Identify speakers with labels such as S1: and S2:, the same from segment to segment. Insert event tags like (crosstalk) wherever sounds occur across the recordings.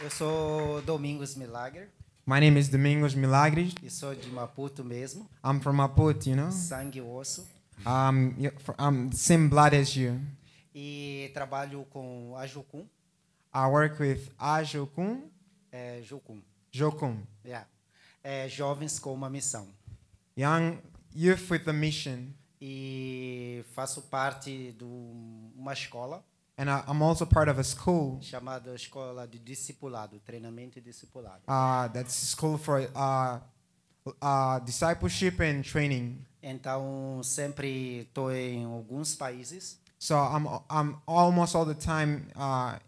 S1: Eu sou Domingos Milagre
S2: My name is Domingos Milagres.
S1: e sou de Maputo mesmo,
S2: I'm from Maputo, you know.
S1: sangue e osso.
S2: Um, you- fr- I'm the same blood as you.
S1: E trabalho com a Jucum,
S2: I work with Ajokun,
S1: é, Jucum,
S2: Jokun,
S1: yeah. é, jovens com uma missão.
S2: young youth with a mission.
S1: E faço parte de um- uma escola
S2: And I, I'm also part of a school
S1: chamada Escola de Discipulado, Treinamento e Discipulado.
S2: uh, that's a school for uh, uh, discipleship and training.
S1: Então, sempre estou em alguns países
S2: So I'm, I'm almost all the time uh,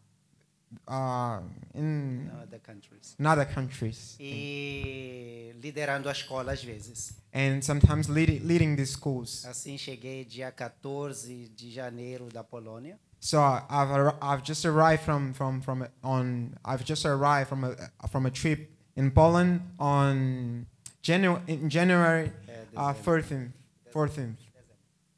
S2: uh, in
S1: uh, the countries
S2: in other countries.
S1: e liderando a escola às vezes.
S2: and sometimes lead, leading these schools.
S1: Assim, cheguei dia 14 de janeiro da Polônia
S2: So I've ar- I've just arrived from from from on I've just arrived from a from a trip in Poland on Janu- in January
S1: É, dezembro.
S2: uh, 14th 14th.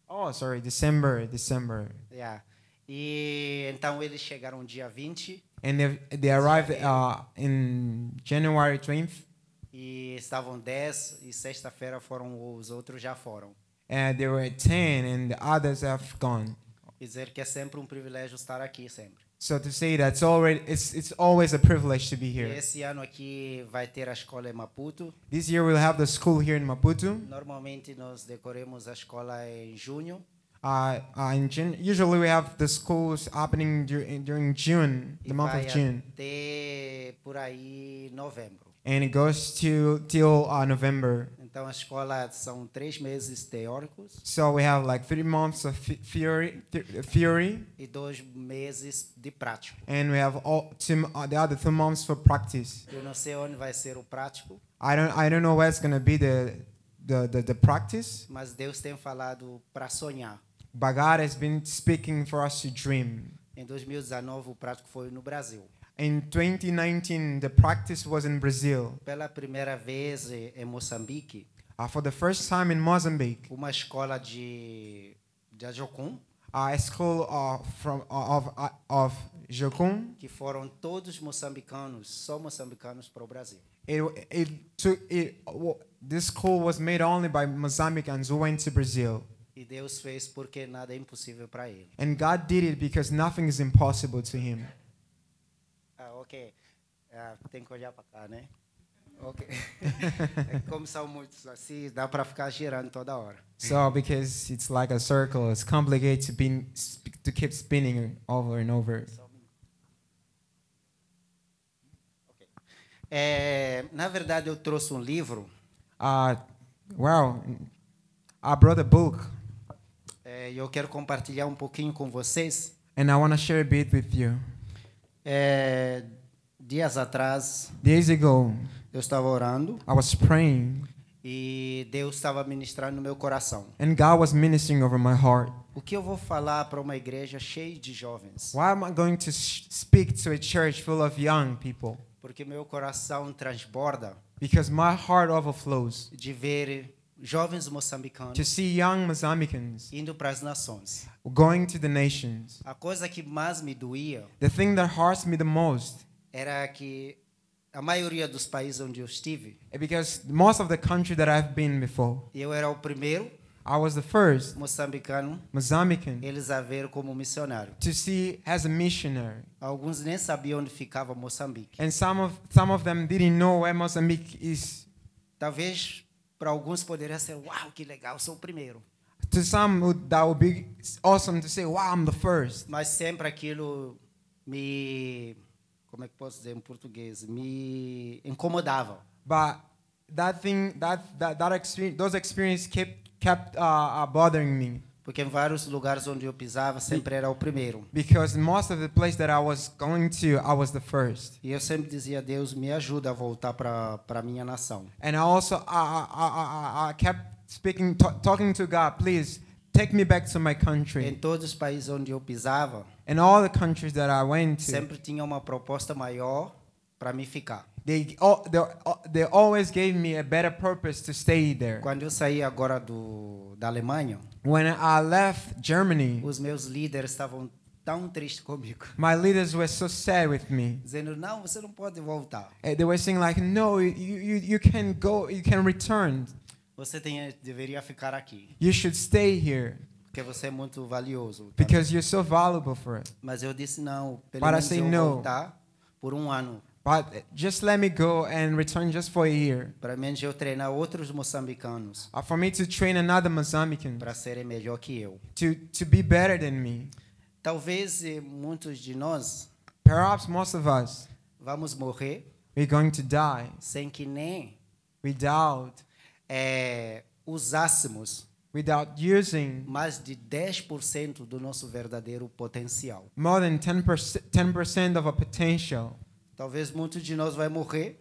S2: Oh, sorry, December December.
S1: Yeah. E então eles chegaram dia 20
S2: And they they arrived uh, in January 20th.
S1: e estavam 10 e sexta-feira foram os outros já foram.
S2: And they were 10 and the others have gone.
S1: Quer dizer que é sempre um privilégio estar aqui sempre.
S2: So to say that's already it's it's always a privilege to be
S1: E
S2: here.
S1: esse ano aqui vai ter a escola em Maputo.
S2: This year we'll have the school here in Maputo.
S1: Normalmente nós decoremos a escola em junho
S2: Uh, uh, in June, usually we have the schools happening dur- in- during June,
S1: e
S2: the month
S1: vai
S2: of June,
S1: até por aí novembro.
S2: and it goes to till uh, November.
S1: Então a escola são três meses teóricos
S2: So we have like three months of th- theory, th- theory,
S1: e dois meses de prático.
S2: and we have all two, m- uh, the other two months for practice.
S1: Eu não sei onde vai ser o prático,
S2: I don't, I don't know where it's gonna be the, the, the, the practice,
S1: mas Deus tem falado para sonhar.
S2: but God has been speaking for us to dream.
S1: Em 2019 o prático foi no Brasil.
S2: In 2019, the practice was in Brazil.
S1: Pela primeira vez eh, em Moçambique,
S2: Uh, for the first time in Mozambique,
S1: uma escola de de Ajocum,
S2: uh, a school uh, from of uh, of Jokun.
S1: que foram todos moçambicanos, só moçambicanos para o Brasil.
S2: It it took it. wa- This school was made only by Mozambicans who went to Brazil,
S1: E Deus fez porque nada é impossível para ele.
S2: and God did it because nothing is impossible to Him.
S1: Ah, ok. Ah, tem que olhar para cá, né? Ok. (laughs) É que Como são muitos assim, dá para ficar girando toda hora.
S2: So because it's like a circle, it's complicated to be sp- to keep spinning over and over.
S1: É, na verdade, eu trouxe um livro
S2: Uh, wow, I brought a book,
S1: é, e eu quero compartilhar um pouquinho com vocês.
S2: and I want to share a bit with you.
S1: É, dias atrás,
S2: Days ago,
S1: eu estava orando
S2: I was praying,
S1: e Deus estava ministrando no meu coração.
S2: and God was ministering over my heart.
S1: O que eu vou falar para uma igreja cheia de jovens?
S2: Why am I going to s- speak to a church full of young people?
S1: Porque meu coração transborda
S2: Because my heart overflows
S1: de ver jovens
S2: to
S1: moçambicanos
S2: see young Mozambicans
S1: indo para as nações.
S2: going to the nations.
S1: A coisa que mais me doía
S2: The thing that hurts me the most,
S1: era que a maioria dos países onde eu estive,
S2: because most of the country that I've been before,
S1: eu era o primeiro
S2: I was the first
S1: moçambicano
S2: Mozambican
S1: eles a ver como missionário.
S2: to see as a missionary,
S1: Alguns nem sabiam onde ficava Moçambique.
S2: and some of some of them didn't know where Mozambique is.
S1: Talvez para alguns poderia ser, uau, que legal, sou o primeiro.
S2: To some, would- that would be awesome to say, "Wow, I'm the first.
S1: Mas sempre aquilo me, como é que posso dizer em português, me incomodava.
S2: but that thing that that, that experience those experiences kept kept uh, uh, bothering me
S1: Porque em vários lugares onde eu pisava, sempre era o primeiro.
S2: because most of the place that i was going to i was the first
S1: E eu sempre dizia, Deus, me ajuda a voltar para a minha nação.
S2: and i also i i i, I- I kept speaking t- talking to god please take me back to my
S1: Em
S2: country
S1: todos os países onde eu pisava,
S2: and all the countries that i went to
S1: sempre tinha uma proposta maior para me ficar.
S2: they all they, al- they always gave me a better purpose to stay there
S1: Quando eu saí agora do, da Alemanha,
S2: when i left germany
S1: os meus líderes estavam tão tristes comigo, (laughs)
S2: My leaders were so sad with me.
S1: dizendo: não, você não pode voltar.
S2: Eh, They were saying like, no, you, you, you can go, you can return.
S1: Você tem, deveria ficar aqui,
S2: You should stay here
S1: porque você é muito valioso. para
S2: because you're so valuable for it.
S1: Mas eu disse não, pelo
S2: Para
S1: menos
S2: say
S1: eu
S2: no.
S1: voltar por um ano.
S2: But just let me go and return just for a year.
S1: Para menos eu treinar outros moçambicanos
S2: Uh, for me to train another Mozambican
S1: para serem melhor que eu.
S2: to, to be better than me.
S1: Talvez eh, muitos de nós
S2: Perhaps most of us,
S1: vamos morrer
S2: we're going to die
S1: sem que nem
S2: without,
S1: eh, usássemos
S2: without using
S1: mais de 10% do nosso verdadeiro potencial.
S2: more than 10%, 10% of our potential.
S1: Talvez muitos de nós vai morrer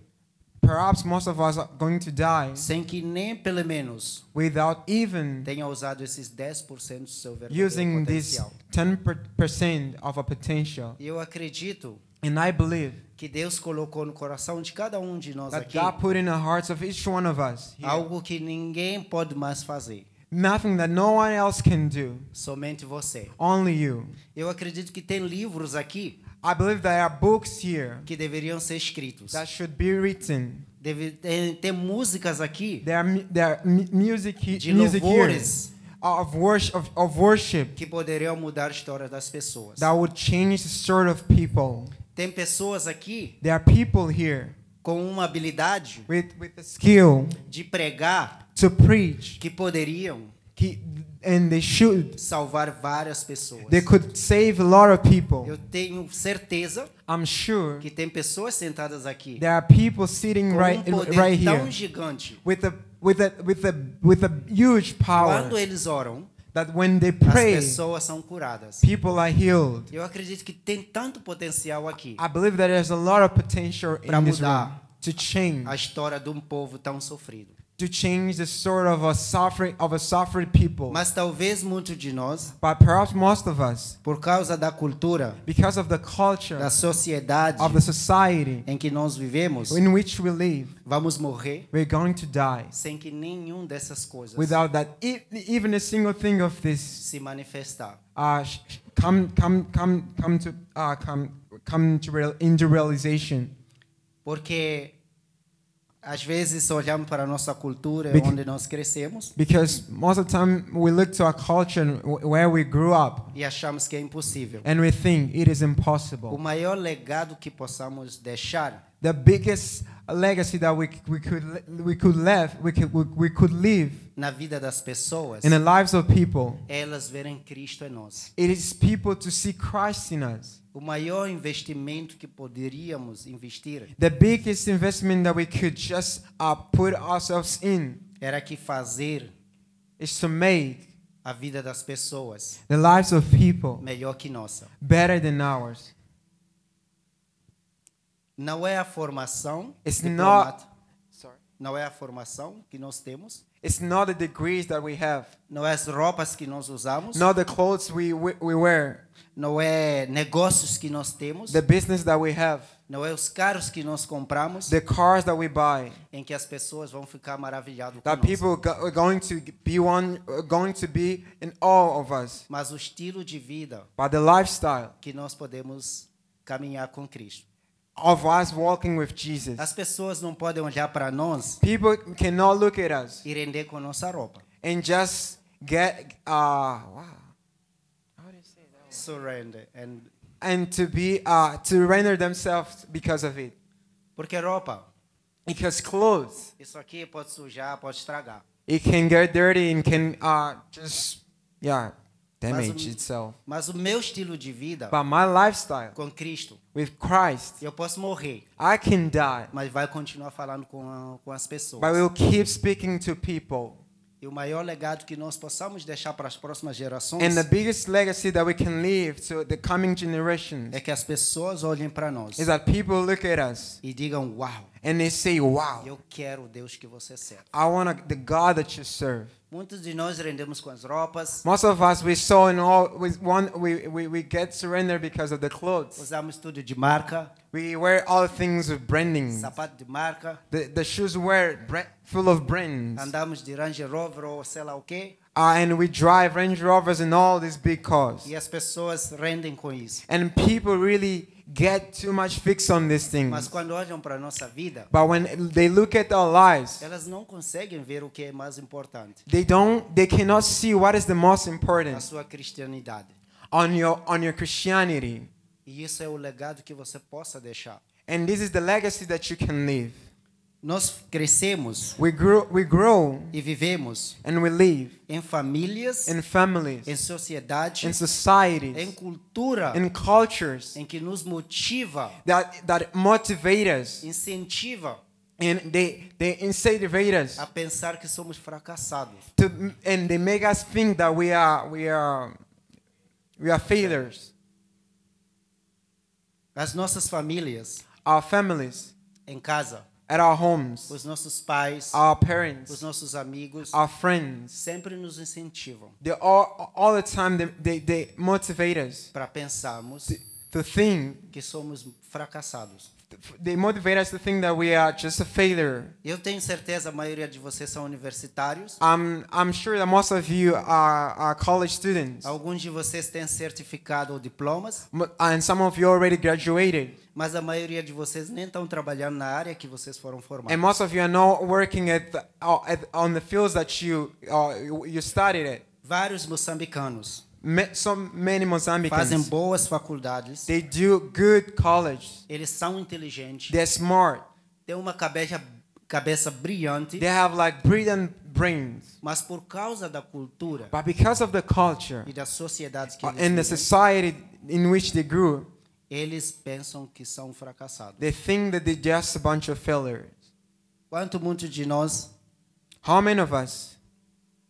S2: Perhaps most of us are going to die
S1: sem que nem pelo menos
S2: without even
S1: tenha usado esses 10% do seu verdadeiro
S2: using this
S1: potencial.
S2: 10% of our potential.
S1: E Eu acredito
S2: And I believe
S1: que Deus colocou no coração de cada um de nós
S2: that
S1: aqui
S2: God put in the hearts of each one of us here
S1: algo que ninguém pode mais fazer,
S2: nothing that no one else can do,
S1: somente você.
S2: only you.
S1: Eu acredito que tem livros aqui
S2: I believe there are books here
S1: que deveriam ser escritos.
S2: that should be written.
S1: Deve, tem, tem músicas aqui
S2: There are, mu- there are mu- music, he-
S1: de
S2: music here
S1: louvores
S2: of worship, of, of worship
S1: que poderiam mudar a história das pessoas.
S2: that would change the sort of people.
S1: Tem pessoas aqui
S2: There are people here
S1: com uma habilidade
S2: with, with the skill
S1: de pregar
S2: to preach,
S1: que poderiam
S2: He- and they should.
S1: salvar várias pessoas.
S2: They could save a lot of people.
S1: Eu tenho certeza
S2: I'm sure
S1: que tem pessoas sentadas aqui
S2: there are people sitting
S1: com
S2: right,
S1: um poder
S2: right here
S1: tão gigante.
S2: with a, with, a, with, a, with a huge power
S1: Quando eles oram,
S2: that when they
S1: as
S2: pray,
S1: pessoas são curadas.
S2: people are healed.
S1: Eu acredito que tem tanto potencial aqui.
S2: I believe that there's a lot of potential
S1: Pra
S2: in this
S1: mudar.
S2: room to change,
S1: A história de um povo tão sofrido.
S2: to change the sort of a suffering of a suffering people.
S1: Mas talvez muitos de nós,
S2: But perhaps most of us,
S1: por causa da cultura,
S2: because of the culture
S1: da sociedade
S2: of the society
S1: em que nós vivemos,
S2: in which we live,
S1: vamos morrer
S2: we're going to die
S1: sem que nenhum dessas coisas
S2: without that e- even a single thing of this
S1: se manifestar.
S2: uh, sh- sh- come come come come to uh, come come to real, into realization.
S1: Porque às vezes olhamos para a nossa cultura,
S2: Bec-
S1: onde nós crescemos,
S2: Because most of the time we look to our culture and wh- where we grew up
S1: e achamos que é impossível.
S2: and we think it is impossible.
S1: O maior legado que possamos deixar
S2: the biggest legacy that we, we could we could left we could we, we could leave
S1: na vida das pessoas
S2: in the lives of people
S1: é elas verem Cristo em nós.
S2: it is people to see christ in us
S1: O maior investimento que poderíamos investir
S2: the biggest investment that we could just uh, put ourselves in
S1: era que fazer
S2: is to make
S1: a vida das pessoas
S2: the lives of people
S1: melhor que nossa.
S2: better than ours
S1: Não é a formação
S2: It's
S1: diplomata-
S2: sorry
S1: não é a formação que nós temos,
S2: it's not the degrees that we have
S1: não é as roupas que nós usamos,
S2: not the clothes we, we, we wear
S1: não é negócios que nós temos,
S2: the business that we have
S1: não é os carros que nós compramos
S2: the cars that we buy
S1: em que as pessoas vão ficar maravilhadas com
S2: that people go- are going to be one are going to be in awe of us
S1: mas o estilo de vida
S2: by the lifestyle
S1: que nós podemos caminhar com Cristo.
S2: of us walking with Jesus.
S1: As pessoas não podem olhar para nós
S2: People cannot look at us
S1: e render com nossa roupa.
S2: and just get uh wow.
S1: Surrender. And,
S2: and to be uh to render themselves because of it.
S1: porque roupa,
S2: Because clothes
S1: isso aqui pode sujar, pode estragar.
S2: it can get dirty and can uh just yeah damage
S1: um-
S2: itself.
S1: Mas o meu estilo de vida
S2: But my lifestyle
S1: com Cristo,
S2: with Christ,
S1: eu posso morrer,
S2: I can die,
S1: mas vai continuar falando com, a- com as pessoas.
S2: but we'll keep speaking to people.
S1: E o maior legado que nós possamos deixar para as próximas gerações
S2: And the biggest legacy that we can leave to the coming generations
S1: é que as pessoas olhem para nós
S2: is that people look at us
S1: e digam: Uau,
S2: and they say, "Wow,
S1: eu quero o Deus que você serve.
S2: I want a, the God that you serve."
S1: Muitos de nós rendemos com as roupas,
S2: Most of us we saw and all we one we, we, we get surrendered because of the clothes.
S1: usamos tudo de marca,
S2: We wear all things with branding.
S1: sapato de marca,
S2: The, the shoes were bra- full of brands.
S1: andamos de Range Rover ou sei lá o quê,
S2: Uh, and we drive Range Rovers and all these big cars.
S1: E as pessoas rendem com isso.
S2: And people really get too much fixed on these
S1: Mas
S2: things.
S1: quando olham para a nossa vida,
S2: But when they look at our lives,
S1: elas não conseguem ver o que é mais importante,
S2: they don't they cannot see what is the most
S1: a
S2: important
S1: sua cristianidade.
S2: on your on your Christianity.
S1: E isso é o legado que você possa deixar.
S2: And this is the legacy that you can leave.
S1: Nós crescemos
S2: We grow we grow
S1: e vivemos
S2: and we live
S1: em famílias,
S2: in families,
S1: em sociedade,
S2: in
S1: em
S2: societies,
S1: cultura,
S2: in cultures
S1: em que nos motiva,
S2: that that motivate us
S1: incentiva
S2: and they they incentivize us
S1: a pensar que somos fracassados.
S2: to and they make us think that we are we are we are failures.
S1: As nossas famílias,
S2: Our families,
S1: em casa,
S2: at our homes,
S1: os nossos pais,
S2: our
S1: os
S2: parents,
S1: nossos amigos,
S2: our friends,
S1: sempre nos incentivam
S2: they all all the time they, they, they motivate us
S1: para pensarmos
S2: to think
S1: que somos fracassados.
S2: they motivate us to think that we are just a failure.
S1: Eu tenho certeza a maioria de vocês são universitários.
S2: I'm I'm sure that most of you are, are college students.
S1: Alguns de vocês têm certificado ou diplomas,
S2: M- And some of you already graduated,
S1: mas a maioria de vocês nem estão trabalhando na área que vocês foram
S2: and
S1: formados.
S2: most of you are now working at, the, uh, at on the fields that you uh, you studied at.
S1: Vários moçambicanos
S2: Ma- So many
S1: fazem
S2: Mozambicans,
S1: boas faculdades,
S2: they do good college.
S1: eles são inteligentes,
S2: They're smart.
S1: têm uma cabeça, cabeça brilhante,
S2: They have like brilliant brains,
S1: mas por causa da cultura
S2: but because of the culture
S1: e da sociedade que
S2: uh, and the
S1: eles vivem,
S2: society in which they grew,
S1: eles pensam que são fracassados.
S2: they think that they're just a bunch of failures.
S1: Quanto muitos de nós
S2: How many of us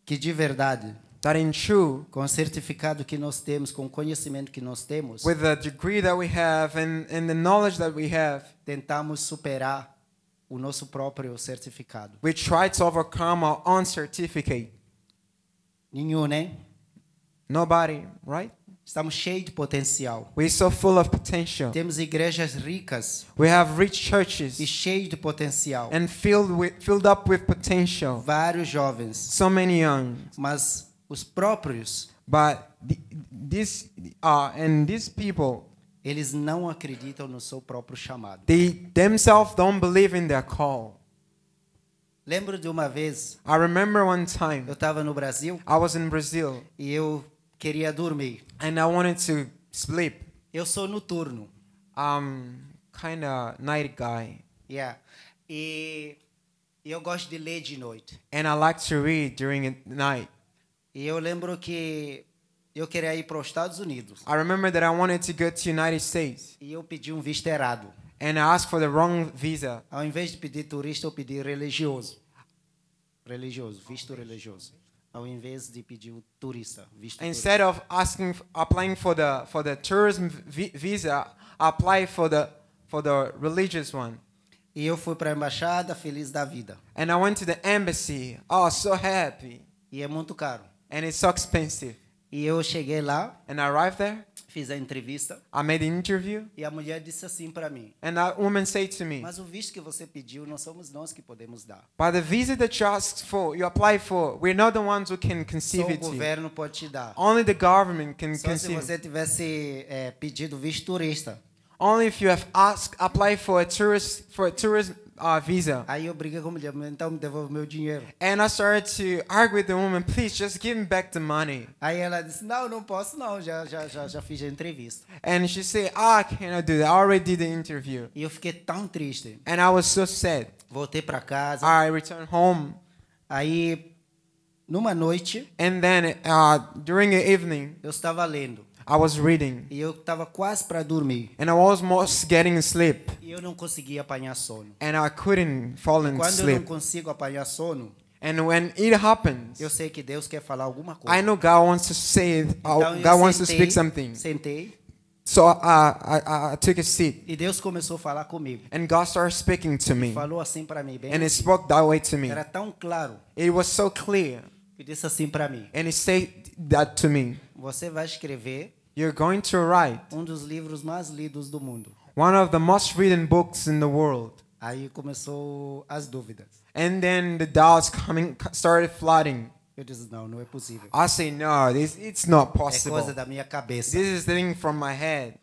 S1: que de verdade,
S2: that in true
S1: com o certificado que nós temos, com o conhecimento que nós temos,
S2: with the degree that we have and, and the knowledge that we have
S1: tentamos superar o nosso próprio certificado.
S2: we try to overcome our own certificate
S1: Nenhum, né?
S2: nobody right
S1: Estamos cheios de potencial.
S2: we're so full of potential
S1: Temos igrejas ricas
S2: we have rich
S1: e
S2: churches
S1: cheias de potencial.
S2: and filled with filled up with potential
S1: Vários jovens,
S2: so many young
S1: mas os próprios,
S2: but th- this uh, and these people
S1: eles não acreditam no seu próprio chamado.
S2: they themselves don't believe in their call
S1: Lembro de uma vez,
S2: i remember one
S1: eu
S2: time
S1: estava no Brasil
S2: i was in brazil
S1: e eu queria dormir.
S2: and i wanted to sleep
S1: Eu sou noturno.
S2: um kind of night guy
S1: Yeah. E e eu gosto de ler de noite.
S2: and I like to read during the night.
S1: E eu lembro que eu queria ir para os Estados Unidos.
S2: I remember that I wanted to go to United States
S1: E eu pedi um visto errado.
S2: and I asked for the wrong visa.
S1: Ao invés de pedir turista, eu pedi religioso. Religioso, visto religioso. Ao invés de pedir o turista, visto turista.
S2: Instead of asking applying for the for the tourism vi- visa, I applied for the for the religious one.
S1: E eu fui para a embaixada, feliz da vida.
S2: And I went to the embassy. Oh, so happy.
S1: E é muito caro.
S2: And it's so expensive.
S1: E eu cheguei lá,
S2: And I arrived there.
S1: fiz a entrevista
S2: I made an interview
S1: e a mulher disse assim para mim:
S2: and that woman said to me,
S1: "Mas o visto que você pediu, não somos nós que podemos dar.
S2: "But the visa that you asked for, you apply for, we're not the ones who can
S1: Só
S2: conceive
S1: o
S2: it to you.
S1: governo pode te dar."
S2: Only the government can
S1: Só se
S2: conceive it.
S1: você tivesse é, pedido visto turista.
S2: Only if you have asked, apply for a tourist for a tourist uh, visa.
S1: Aí eu briguei com a mulher, então me devolve meu dinheiro.
S2: And I started to argue with the woman, please just give me back the money.
S1: Aí ela disse, não, não posso não, já, já, já, já fiz a entrevista.
S2: And she said, ah, I cannot do that. I already did the interview.
S1: E eu fiquei tão triste.
S2: And I was so sad.
S1: Voltei para casa.
S2: I returned home.
S1: Aí, numa noite,
S2: And then uh, during the evening,
S1: eu estava lendo.
S2: I was reading.
S1: E eu estava quase para dormir.
S2: And I was most getting asleep.
S1: E eu não conseguia apanhar sono.
S2: And I couldn't fall into
S1: Quando eu não
S2: sleep.
S1: consigo apanhar sono,
S2: And when it happens,
S1: eu sei que Deus quer falar alguma
S2: I
S1: coisa.
S2: know God wants to say,
S1: Então,
S2: uh,
S1: eu
S2: God wants to
S1: sentei-
S2: speak something.
S1: Sentei
S2: So uh, I, I, I took a seat.
S1: e Deus começou a falar comigo.
S2: And God started speaking to me.
S1: Falou assim para mim, bem
S2: And He spoke that way to me.
S1: Era tão claro.
S2: It was so clear.
S1: E disse assim para mim:
S2: And He said that to me
S1: Você vai escrever
S2: You're going to write
S1: um dos livros mais lidos do mundo.
S2: one of the most reading books in the world.
S1: Aí começou as dúvidas.
S2: And then the doubts coming started flooding.
S1: Eu disse, não, não é possível.
S2: I say, no, this, it's not
S1: É
S2: possible.
S1: coisa da minha cabeça.
S2: This is thing from my head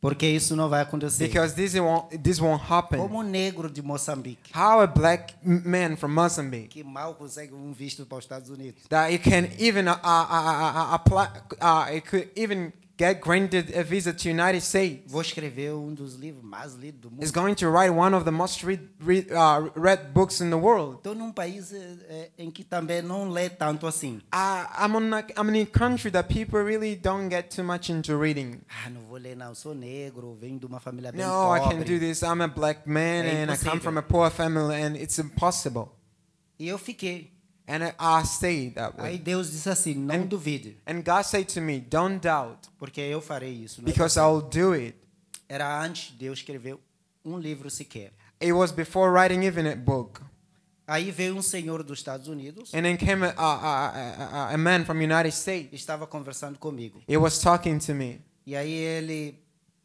S1: Porque isso não vai acontecer.
S2: because this won't, this won't happen.
S1: Como um negro de Moçambique,
S2: How a black m- man from Mozambique
S1: que mal consegue um visto para os Estados Unidos.
S2: that you can even uh, uh, uh, uh, apply, uh, it could even get granted a visa to United States
S1: Vou escrever um dos livros mais lidos do mundo.
S2: is going to write one of the most read, read, uh, read books in the world.
S1: Estou num país eh, eh, em que também não lê tanto assim.
S2: I, Uh, I'm, on a, I'm in a country that people really don't get too much into reading.
S1: Ah, não vou ler não, sou negro, venho de uma família bem
S2: No, I can do
S1: pobre.
S2: this. I'm a black man
S1: É
S2: and I come
S1: impossível.
S2: from a poor family and it's impossible.
S1: E eu fiquei.
S2: And I, I stayed that way.
S1: Aí Deus disse assim, não duvide,
S2: And God said to me, Don't doubt,
S1: porque eu farei isso. não é
S2: because I'll do it.
S1: Era antes de eu escrever um livro sequer.
S2: It was before writing even a book.
S1: Aí veio um senhor dos Estados Unidos,
S2: And then came a, a, a, a- a man from United States.
S1: estava conversando comigo.
S2: He was talking to me.
S1: E aí ele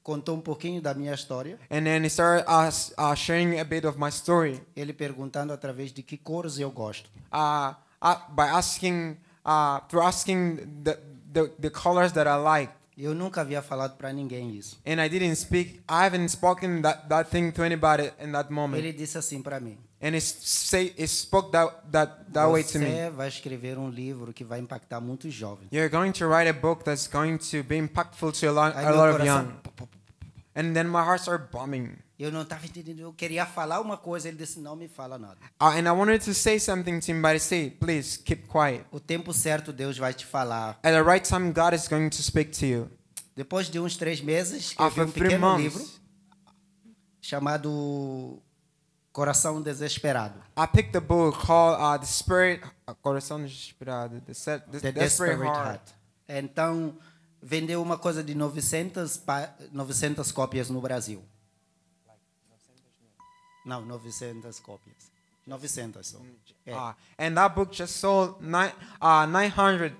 S1: contou um pouquinho da minha história,
S2: And then he started uh, s- uh, sharing a bit of my story
S1: ele perguntando através de que cores eu gosto.
S2: uh, uh, by asking, uh, through asking the, the, the colors that I like.
S1: Eu nunca havia falado para ninguém isso.
S2: And I didn't speak, I haven't spoken that, that thing to anybody in that moment.
S1: Ele disse assim para mim:
S2: and he, s- say, he spoke that, that, that way to me.
S1: Você vai escrever um livro que vai impactar muitos jovens.
S2: You're going to write a book that's going to be impactful to a lot,
S1: Aí
S2: a
S1: meu
S2: lot of
S1: coração,
S2: young.
S1: pá, pá, pá,
S2: And then my heart started bombing.
S1: Eu não estava entendendo. Eu queria falar uma coisa, ele disse: Não me fala nada.
S2: Uh, and I wanted to say something to him, but I said, please keep quiet.
S1: O tempo certo Deus vai te falar.
S2: At the right time, God is going to speak to you.
S1: Depois de uns três meses, escrevi
S2: After
S1: um
S2: three
S1: pequeno
S2: months,
S1: livro chamado Coração Desesperado.
S2: I picked a book called uh, The Spirit, uh, Corazón Desesperado, the, set, the,
S1: The
S2: Desperate, Heart. Uh,
S1: Então, vendeu uma coisa de 900, pa- 900 cópias no Brasil. Não, 900 cópias. 900 só. É.
S2: Uh, and that book just sold nine, uh, 900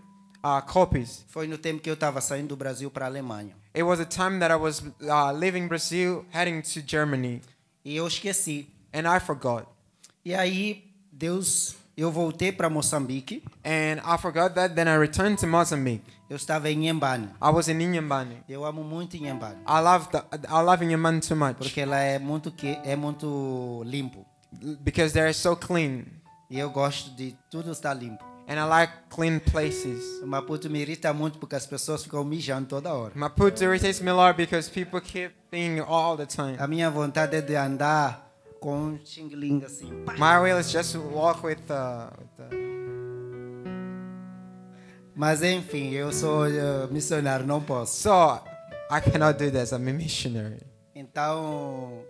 S2: uh, copies.
S1: Foi no tempo que eu estava saindo do Brasil para a Alemanha.
S2: It was a time that I was uh, leaving Brazil, heading to Germany,
S1: E eu esqueci.
S2: and I forgot.
S1: E aí, Deus, eu voltei para Moçambique.
S2: And I forgot that. Then I returned to Mozambique.
S1: Eu estava em Inhambane.
S2: I was in Inhambane.
S1: Eu amo muito Inhambane,
S2: I love the, I love Inhambane too much
S1: porque ela é muito que é muito limpo.
S2: because they're so clean,
S1: E eu gosto de tudo estar limpo.
S2: and I like clean places.
S1: Maputo me irrita muito porque as pessoas ficam mijando toda hora.
S2: Maputo irritates me a lot because people keep being all the time.
S1: A minha vontade é de andar com um xingling assim. pá.
S2: My will is just to walk with the. With the
S1: Mas enfim, eu sou eh, missionário, não posso.
S2: so I cannot do this. I'm a missionary.
S1: Então,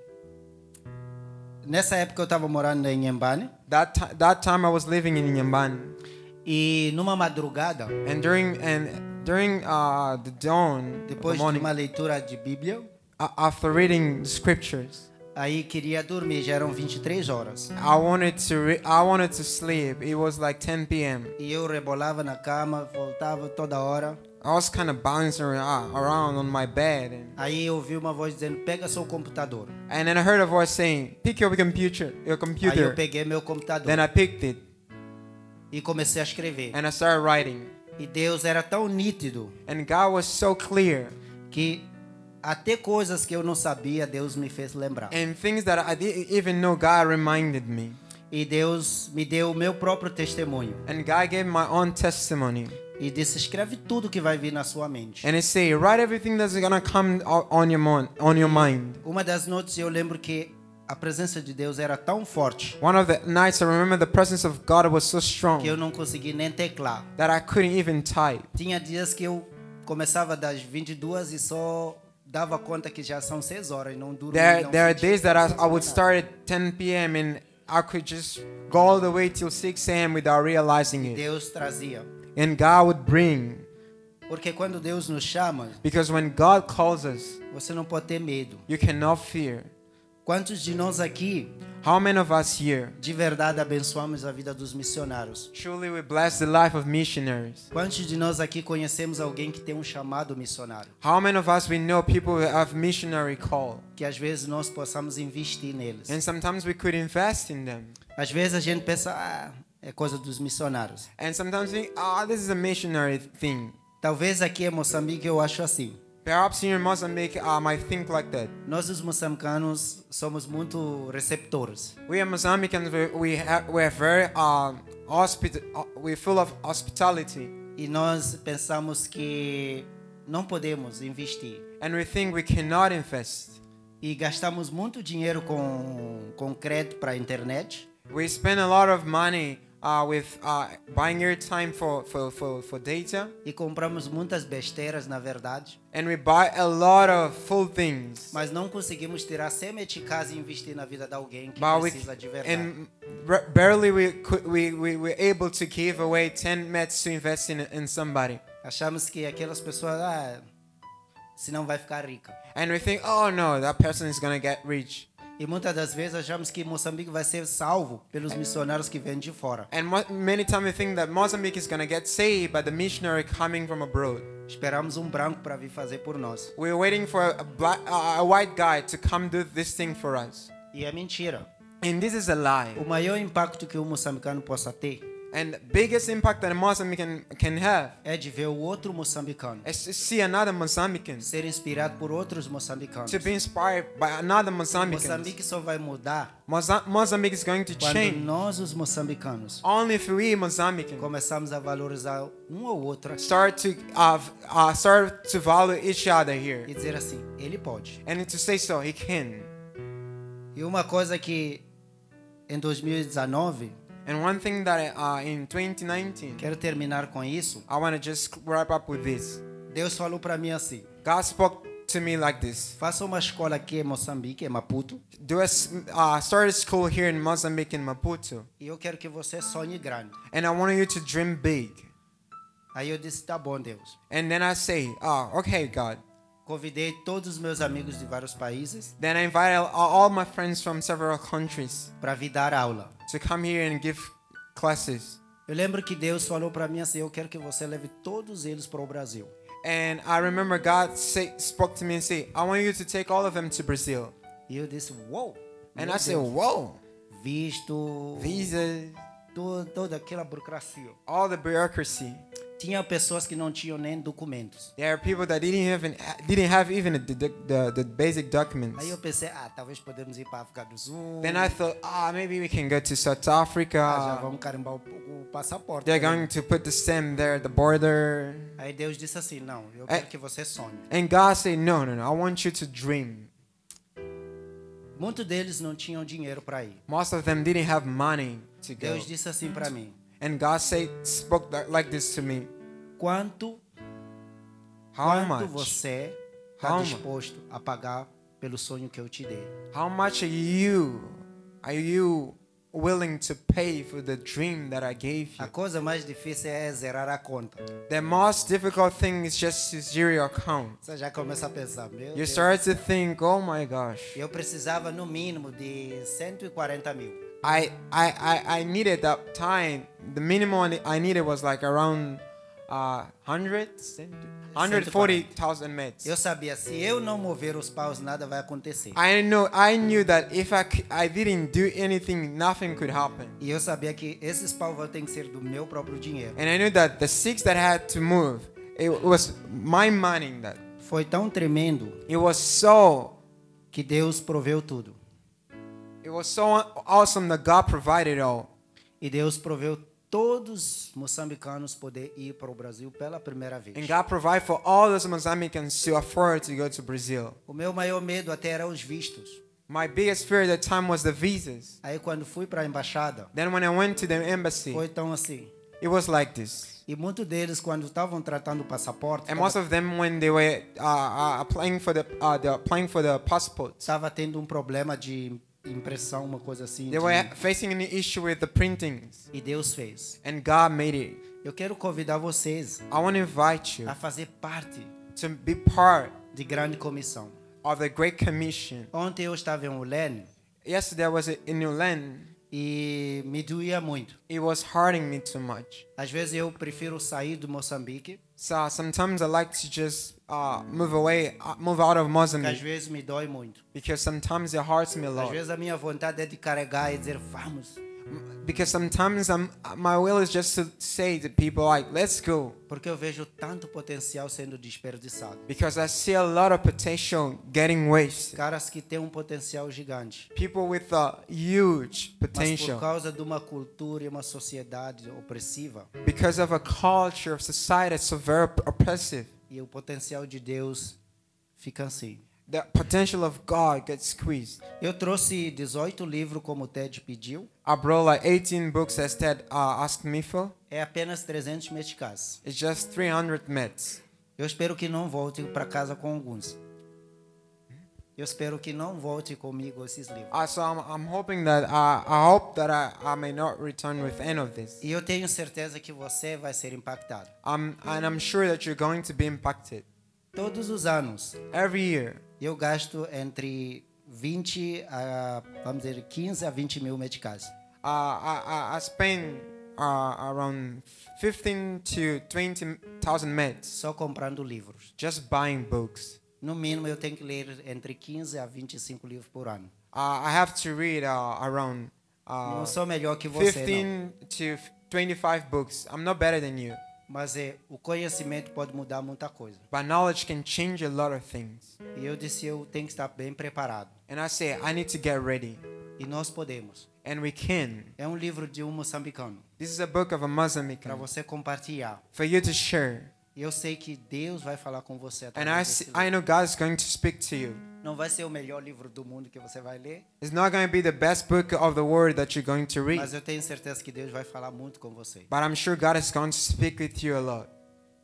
S1: nessa época eu estava morando em Embane
S2: That ti- that time I was living in Inhambane,
S1: e numa madrugada,
S2: and during and during uh, the dawn, of the
S1: depois de
S2: morning,
S1: uma leitura de Bíblia,
S2: a- after reading the scriptures.
S1: aí queria dormir, já eram 23 horas.
S2: I wanted to re- I wanted to sleep. It was like 10 p.m.
S1: E eu rebolava na cama, voltava toda hora.
S2: I was kind of bouncing ar- around on my bed, and,
S1: Aí eu ouvi uma voz dizendo: pega seu computador.
S2: and then I heard a voice saying, "Pick your computer, your
S1: Aí eu
S2: computer."
S1: peguei meu computador
S2: Then I picked it
S1: e comecei a escrever.
S2: and I started writing.
S1: E Deus era tão nítido
S2: And God was so clear,
S1: que até coisas que eu não sabia, Deus me fez lembrar.
S2: and things that I didn't even know, God reminded me.
S1: E Deus me deu o meu próprio testemunho
S2: And God gave my own testimony,
S1: e disse: escreve tudo que vai vir na sua mente.
S2: and He said, "Write everything that's gonna come o- on your mon- on your mind."
S1: Uma das noites eu lembro que a presença de Deus era tão forte
S2: One of the nights, I remember the presence of God was so strong
S1: que eu não consegui nem teclar.
S2: that I couldn't even type.
S1: Tinha dias que eu começava das 22 e só dava conta que já são 6 horas e não dormia.
S2: There,
S1: não
S2: there are
S1: sentia.
S2: days that I, I would start at 10 p.m. and I could just go all the way till 6 a.m. without realizing it.
S1: Deus trazia.
S2: And God would bring.
S1: Porque quando Deus nos chama,
S2: Because when God calls us,
S1: você não pode ter medo.
S2: you cannot fear.
S1: Quantos de nós aqui
S2: How many of us here
S1: de verdade abençoamos a vida dos missionários?
S2: truly we bless the life of missionaries?
S1: Quantos de nós aqui conhecemos alguém que tem um chamado missionário?
S2: How many of us we know people who have missionary call?
S1: Que às vezes nós possamos investir neles.
S2: And sometimes we could invest in them.
S1: Às vezes a gente pensa, ah, é coisa dos missionários.
S2: And sometimes we think, ah, this is a missionary thing.
S1: Talvez aqui em Moçambique eu acho assim.
S2: Perhaps here in Mozambique, um, I might think like that.
S1: Nós, os moçambicanos, somos muito receptores.
S2: We are Mozambicans. We we have, we are very um hospit- uh, We're full of hospitality,
S1: E nós pensamos que não podemos investir.
S2: and we think we cannot invest.
S1: E gastamos muito dinheiro com, com crédito para a internet.
S2: We spend a lot of money uh, with uh, buying airtime for, for, for, for data,
S1: E compramos muitas besteiras, na verdade.
S2: and we buy a lot of full things.
S1: Mas não conseguimos tirar semente de casa e investir na vida de alguém que
S2: But we
S1: precisa de verdade.
S2: and r- barely we could we, we were able to give away 10 mets to invest in in somebody.
S1: Achamos que aquelas pessoas, ah, senão vai ficar rica.
S2: And we think, oh no, that person is gonna get rich.
S1: E muitas das vezes achamos que Moçambique vai ser salvo pelos missionários que vêm de fora.
S2: And mo- many times we think that Mozambique is gonna get saved by the missionary coming from abroad.
S1: Esperamos um branco para vir fazer por nós.
S2: We're waiting for a, black, uh, a white guy to come do this thing for us.
S1: E é mentira.
S2: And this is a lie.
S1: O maior impacto que o moçambicano possa ter
S2: And the biggest impact that a Mozambican can have
S1: é de ver o outro moçambicano
S2: is to see another Mozambican,
S1: ser inspirado por outros moçambicanos.
S2: to be inspired by another Mozambican.
S1: Moçambique só vai mudar
S2: Moza- Mozambique is going to
S1: quando
S2: change
S1: nós, os moçambicanos,
S2: only if we Mozambican
S1: começamos a valorizar um ou outro
S2: start to uh, uh, start to value each other here
S1: e dizer assim: ele pode.
S2: and to say so. He can.
S1: E uma coisa que em 2019,
S2: And one thing that uh, in 2019,
S1: quero terminar com isso,
S2: I want to just wrap up with this.
S1: Deus falou para mim assim:
S2: God spoke to me like this.
S1: faça uma escola aqui em Moçambique, em Maputo,
S2: Do a s- uh, start a school here in Mozambique in Maputo,
S1: e eu quero que você sonhe grande.
S2: and I want you to dream big.
S1: Aí eu disse: tá bom, Deus.
S2: And then I say, oh, okay, God.
S1: Convidei todos os meus amigos de vários países
S2: Then I invite all- all my friends from several countries
S1: para vir dar aula.
S2: to come here and give classes.
S1: Eu lembro que Deus falou para mim assim: eu quero que você leve todos eles para o Brasil.
S2: And I remember God say, spoke to me and said, I want you to take all of them to Brazil.
S1: E eu disse: uou!
S2: And
S1: meu
S2: I said,
S1: Deus.
S2: whoa,
S1: visto
S2: visas,
S1: to- toda aquela burocracia.
S2: all the bureaucracy.
S1: Tinha pessoas que não tinham nem documentos.
S2: There are people that didn't even didn't have even the, the, the, the basic documents.
S1: Aí eu pensei, ah, talvez podemos ir para a África do Sul.
S2: Then I thought, ah, maybe we can go to South
S1: Ah, já
S2: Africa.
S1: vamos carimbar o, o passaporte.
S2: They're going to put the stem there, the border.
S1: Aí Deus disse assim, não, eu
S2: É.
S1: quero que você sonhe.
S2: And God said, no, no, no, I want you to dream.
S1: Muitos deles não tinham dinheiro para ir.
S2: Most of them didn't have money to go.
S1: Deus disse assim para mim,
S2: And God said, spoke that, like this to me.
S1: quanto,
S2: How
S1: quanto
S2: much?
S1: você está
S2: How
S1: disposto a pagar pelo sonho que eu te dei?
S2: How much are you, are you willing to pay for the dream that I gave
S1: A
S2: you?
S1: coisa mais difícil é zerar a conta.
S2: The most difficult thing is just to zero your account.
S1: Você já começa a pensar, meu
S2: You
S1: Deus.
S2: start to think, oh my gosh,
S1: Eu precisava no mínimo de 140 mil.
S2: I, I, I, I needed that time. The minimum I needed was like around uh, 100, 140,000 meds.
S1: Eu sabia, se eu não mover os paus, nada vai acontecer.
S2: I know I knew that if I, c- I didn't do anything, nothing could happen.
S1: E eu sabia que esses paus vão ter que ser do meu próprio dinheiro.
S2: And I knew that the six that I had to move, it was my money in that.
S1: Foi tão tremendo
S2: It was so
S1: que Deus proveu tudo.
S2: it was so awesome that God provided all.
S1: E Deus proveu todos os moçambicanos poder ir para o Brasil pela primeira vez.
S2: And God provided for all those Mozambicans to afford to go to Brazil.
S1: O meu maior medo até era os vistos.
S2: My biggest fear at the time was the visas.
S1: Aí quando fui para a embaixada,
S2: Then when I went to the embassy,
S1: foi tão assim.
S2: it was like this.
S1: E muitos deles, quando estavam tratando o passaporte,
S2: And most of them, when they were uh, uh, applying for the uh, the applying for the passports,
S1: estava tendo um problema de impressão, uma coisa assim.
S2: they
S1: de-
S2: were facing an issue with the printings.
S1: E Deus fez.
S2: And God made it.
S1: Eu quero convidar vocês
S2: I want to invite you
S1: a fazer parte
S2: to be part
S1: de grande comissão.
S2: of the Great Commission.
S1: Ontem eu estava em Ulene
S2: Yesterday I was in New Land.
S1: e me doía muito.
S2: It was hurting me too much.
S1: Às vezes eu prefiro sair do Moçambique,
S2: So sometimes I like to just uh, move away, uh, move out of
S1: porque às
S2: Mozambique
S1: vezes me dói muito.
S2: because sometimes it hurts me a
S1: Às
S2: lot.
S1: vezes a minha vontade é de carregar e dizer, vamos.
S2: because sometimes I'm, my will is just to say to people like, "Let's go,"
S1: Porque eu vejo tanto potencial sendo desperdiçado.
S2: because I see a lot of potential getting wasted.
S1: Caras que têm um potencial gigante,
S2: People with a huge
S1: mas por
S2: potential
S1: causa de uma cultura e uma sociedade opressiva,
S2: because of a culture of society that's so very oppressive.
S1: e o potencial de Deus fica assim.
S2: The potential of God gets squeezed.
S1: Eu trouxe 18 livros como o Ted pediu,
S2: I brought like 18 books as Ted uh, asked me for.
S1: é apenas 300 meticais.
S2: It's just 300 meds.
S1: Eu espero que não volte para casa com alguns. Eu espero que não volte comigo esses livros.
S2: Uh, so I'm, I'm hoping that I, I hope that I, I may not return with any of this.
S1: E eu tenho certeza que você vai ser impactado.
S2: Um, and I'm sure that you're going to be impacted.
S1: Todos os anos,
S2: Every year,
S1: eu gasto entre 20 a, vamos dizer, 15 a 20 mil meticais.
S2: uh, I, I, I spend uh, around 15 to 20,000 meds
S1: Só comprando livros.
S2: just buying books.
S1: No mínimo, eu tenho que ler entre 15 a 25 livros por ano.
S2: Uh, I have to read uh, around uh,
S1: não sou melhor que você, não.
S2: 15 to f- 25 books. I'm not better than you,
S1: Mas é, o conhecimento pode mudar muita coisa.
S2: but knowledge can change a lot of things.
S1: E eu disse, eu tenho que estar bem preparado.
S2: And I say, I need to get ready.
S1: E nós podemos.
S2: And we can.
S1: É um livro de um moçambicano,
S2: This is a book of a Muslim
S1: para você compartilhar.
S2: for you to share.
S1: E eu sei que Deus vai falar com você
S2: And I,
S1: através
S2: see,
S1: desse
S2: I
S1: livro.
S2: know God is going to speak to you.
S1: Não vai ser o melhor livro do mundo que você vai ler,
S2: It's not going to be the best book of the word that you're going to read,
S1: mas eu tenho certeza que Deus vai falar muito com você.
S2: but I'm sure God is going to speak with you a lot.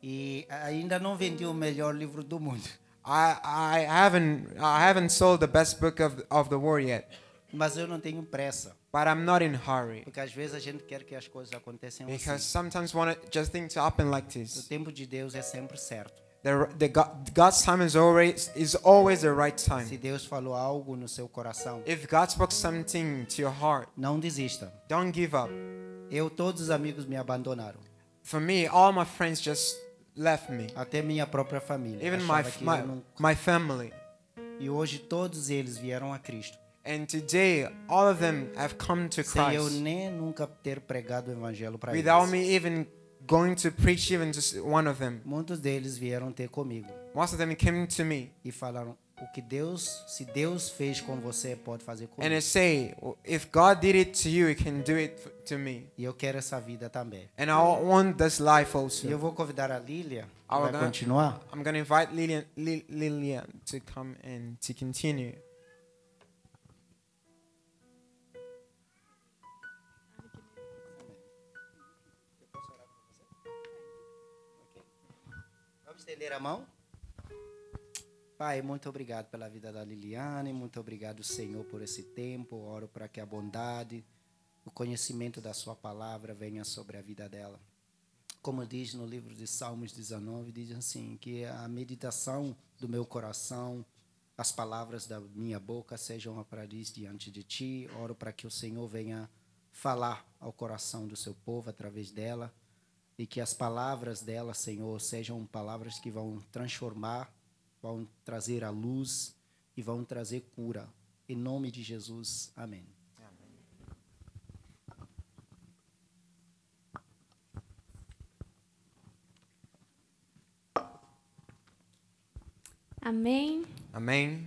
S1: E ainda não vendi o melhor livro do mundo, (laughs)
S2: I, I haven't I haven't sold the best book of, of the word yet,
S1: mas eu não tenho pressa,
S2: but I'm not in hurry
S1: porque às vezes a gente quer que as coisas aconteçam
S2: because
S1: assim.
S2: sometimes want it, just things happen like
S1: O
S2: this.
S1: tempo de Deus é sempre certo.
S2: The, the God, God's time is always is always the right
S1: Se
S2: time.
S1: Deus falou algo no seu coração,
S2: If God spoke something to your heart,
S1: não desista.
S2: don't give up.
S1: Eu todos os amigos me abandonaram,
S2: For me, all my friends just left me,
S1: até minha própria família.
S2: even my
S1: Achava que
S2: my,
S1: eu não-
S2: my family.
S1: E hoje todos eles vieram a Cristo.
S2: And today, all of them have come to
S1: Sem eu
S2: Christ
S1: nem nunca ter pregado o evangelho para eles.
S2: without me even going to preach even just one of them.
S1: Muitos deles vieram ter comigo
S2: Most of them came to me
S1: e falaram: "O que Deus, se Deus fez com você, pode fazer
S2: and they
S1: comigo".
S2: say, If God did it to you, He can do it f- to me.
S1: E eu quero essa vida também.
S2: And I want this life
S1: E eu
S2: also.
S1: vou convidar a Lília
S2: Ah,
S1: para
S2: né?
S1: continuar.
S2: I'm going to invite Lillian, Li- Lillian to come and to continue.
S1: Vamos estender a mão? Pai, muito obrigado pela vida da Liliane, muito obrigado, Senhor, por esse tempo. Oro para que a bondade, o conhecimento da Sua palavra venha sobre a vida dela. Como diz no livro de Salmos 19, diz assim: que a meditação do meu coração, as palavras da minha boca sejam a paradiso diante de Ti. Oro para que o Senhor venha falar ao coração do seu povo através dela e que as palavras dela, Senhor, sejam palavras que vão transformar, vão trazer a luz e vão trazer cura. Em nome de Jesus, amém.
S3: Amém.
S2: Amen.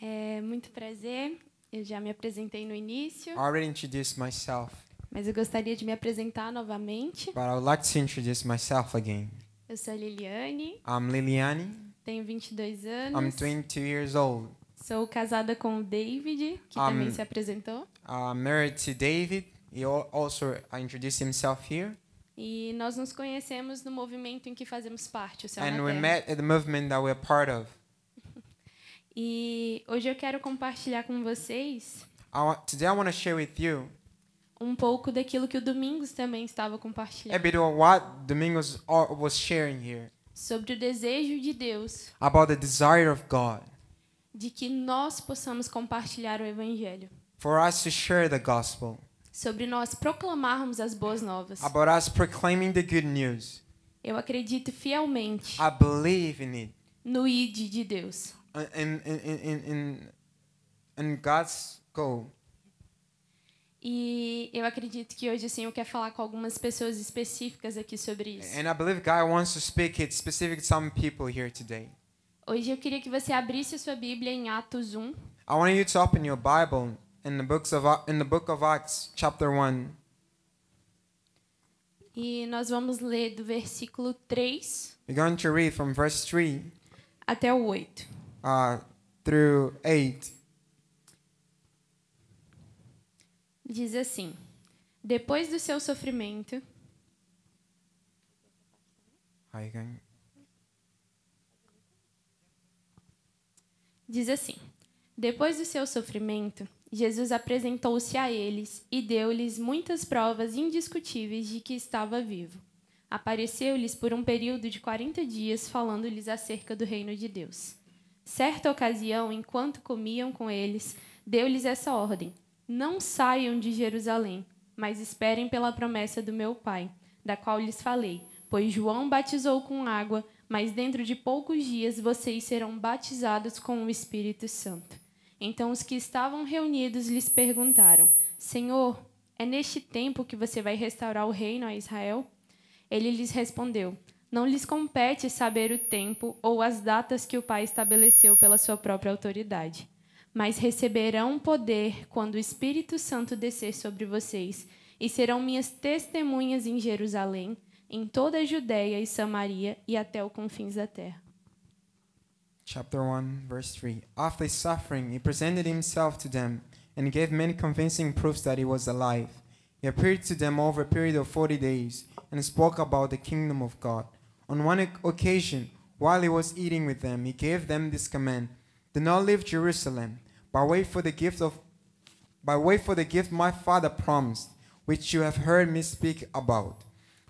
S3: É muito prazer. Eu já me apresentei no início,
S2: I already introduced myself,
S3: mas eu gostaria de me apresentar novamente.
S2: but I would like to introduce myself again.
S3: Eu sou a Liliane,
S2: I'm Liliane.
S3: tenho 22
S2: I'm
S3: anos.
S2: 22 years old.
S3: Sou casada com o David, que
S2: Am-
S3: também se apresentou.
S2: I'm married to David. He al- also introduced himself here.
S3: E nós nos conhecemos no movimento em que fazemos parte, o Céu
S2: and
S3: na
S2: we
S3: Terra.
S2: met at the movement that we're part of.
S3: E hoje eu quero compartilhar com vocês
S2: I want, today I want to share with you
S3: um pouco daquilo que o Domingos também estava
S2: a
S3: compartilhando.
S2: bit of what Domingos al- was sharing here
S3: Sobre o desejo de Deus
S2: about the desire of God
S3: de que nós possamos compartilhar o Evangelho.
S2: for us to share the gospel,
S3: sobre nós proclamarmos as boas novas.
S2: about us proclaiming the good news.
S3: Eu acredito fielmente
S2: I believe in it,
S3: no ID de Deus.
S2: in, in, in, in, in God's goal.
S3: E eu acredito que hoje o Senhor quer falar com algumas pessoas específicas aqui sobre isso.
S2: And I believe God wants to speak it specific to some people here today.
S3: Hoje eu queria que você abrisse a sua Bíblia em Atos 1.
S2: I want you to open your Bible in the books of in the book of Acts, chapter one,
S3: E nós vamos ler do versículo 3
S2: We're going to read from verse 3
S3: até o 8.
S2: uh, through 8.
S3: Diz assim: Depois do seu sofrimento,
S2: How you going?
S3: diz assim: Depois do seu sofrimento, Jesus apresentou-se a eles e deu-lhes muitas provas indiscutíveis de que estava vivo. Apareceu-lhes por um período de 40 dias, falando-lhes acerca do reino de Deus. Certa ocasião, enquanto comiam com eles, deu-lhes essa ordem: Não saiam de Jerusalém, mas esperem pela promessa do meu Pai, da qual lhes falei. Pois João batizou com água, mas dentro de poucos dias vocês serão batizados com o Espírito Santo. Então os que estavam reunidos lhes perguntaram: Senhor, é neste tempo que você vai restaurar o reino a Israel? Ele lhes respondeu: Não lhes compete saber o tempo ou as datas que o Pai estabeleceu pela sua própria autoridade, mas receberão poder quando o Espírito Santo descer sobre vocês, e serão minhas testemunhas em Jerusalém, em toda a Judéia e Samaria e até os confins da terra.
S2: Chapter 1, verse 3. After suffering, he presented himself to them and gave many convincing proofs that he was alive. He appeared to them over a period of 40 days and spoke about the kingdom of God. On one oc- occasion, while he was eating with them, he gave them this command Do not leave Jerusalem, but wait for the gift of but wait for the gift my father promised, which you have heard me speak about.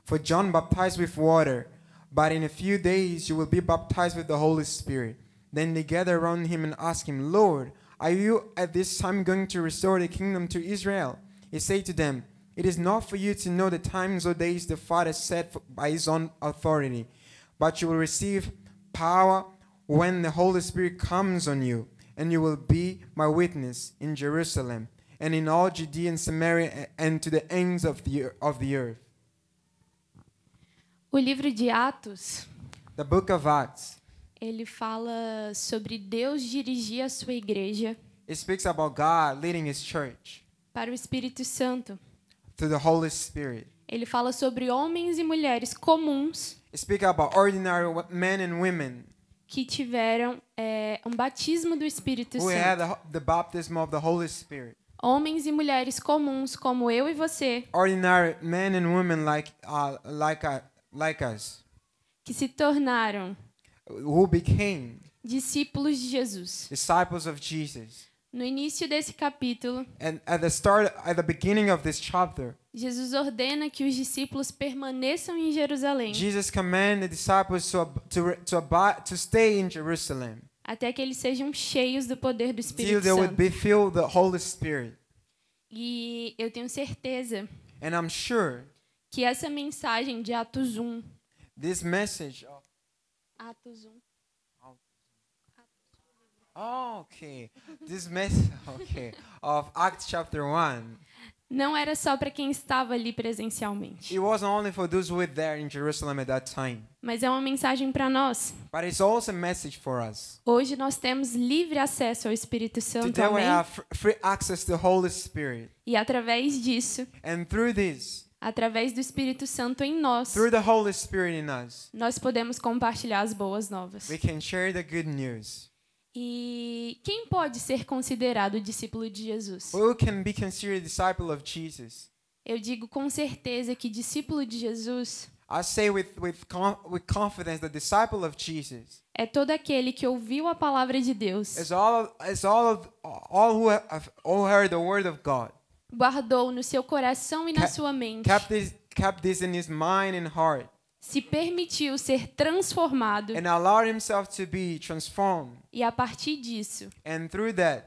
S2: For John baptized with water, but in a few days you will be baptized with the Holy Spirit. Then they gathered around him and asked him, Lord, are you at this time going to restore the kingdom to Israel? He said to them, It is not for you to know the times or days the Father set for- by his own authority, but you will receive power when the Holy Spirit comes on you, and you will be my witness in Jerusalem and in all Judea and Samaria a- and to the ends of the ear- of the earth.
S3: O livro de Atos,
S2: The book of Acts
S3: ele fala sobre Deus dirigir a sua igreja
S2: it speaks about God leading his church
S3: para o Espírito Santo.
S2: through the Holy Spirit.
S3: Ele fala sobre homens e mulheres comuns
S2: It speaks about ordinary wo- men and women
S3: que tiveram é, um batismo do Espírito
S2: who had
S3: Santo.
S2: the, the baptism of the Holy Spirit.
S3: Homens e mulheres comuns como eu e você,
S2: Ordinary men and women like uh, like uh, like us
S3: que se tornaram
S2: who became
S3: discípulos de Jesus.
S2: disciples of Jesus.
S3: No início desse capítulo,
S2: And at the start at the beginning of this chapter,
S3: Jesus ordena que os discípulos permaneçam em Jerusalém
S2: Jesus commanded the disciples to ab- to re- to abide, to stay in Jerusalem
S3: até que eles sejam cheios do poder do
S2: till
S3: Espírito
S2: they would
S3: Santo.
S2: be filled with the Holy Spirit.
S3: E eu tenho certeza
S2: And I'm sure
S3: que essa mensagem de Atos 1,
S2: this message of
S3: Atos 1
S2: Oh, okay. This message, (laughs) okay, of Acts chapter 1.
S3: não era só para quem estava ali presencialmente,
S2: It wasn't only for those who were there in Jerusalem at that time,
S3: mas é uma mensagem para nós.
S2: but it's also a message for us.
S3: Hoje nós temos livre acesso ao Espírito Santo,
S2: Today we
S3: amém?
S2: have fr- free access to the Holy Spirit.
S3: E através disso,
S2: And through this,
S3: através do Espírito Santo em nós,
S2: through the Holy Spirit in us,
S3: nós podemos compartilhar as boas novas.
S2: we can share the good news.
S3: E quem pode ser considerado discípulo de Jesus?
S2: Who can be considered a disciple of Jesus?
S3: Eu digo com certeza que discípulo de Jesus
S2: I say with, with, con- with confidence, the disciple of Jesus
S3: é todo aquele que ouviu a palavra de Deus,
S2: is all, is all, of, all who have all heard the word of God.
S3: guardou no seu coração e na
S2: Ca-
S3: sua mente,
S2: kept this, kept this in his mind and heart
S3: se permitiu ser transformado
S2: and allowed himself to be transformed.
S3: e, a partir disso,
S2: And through that,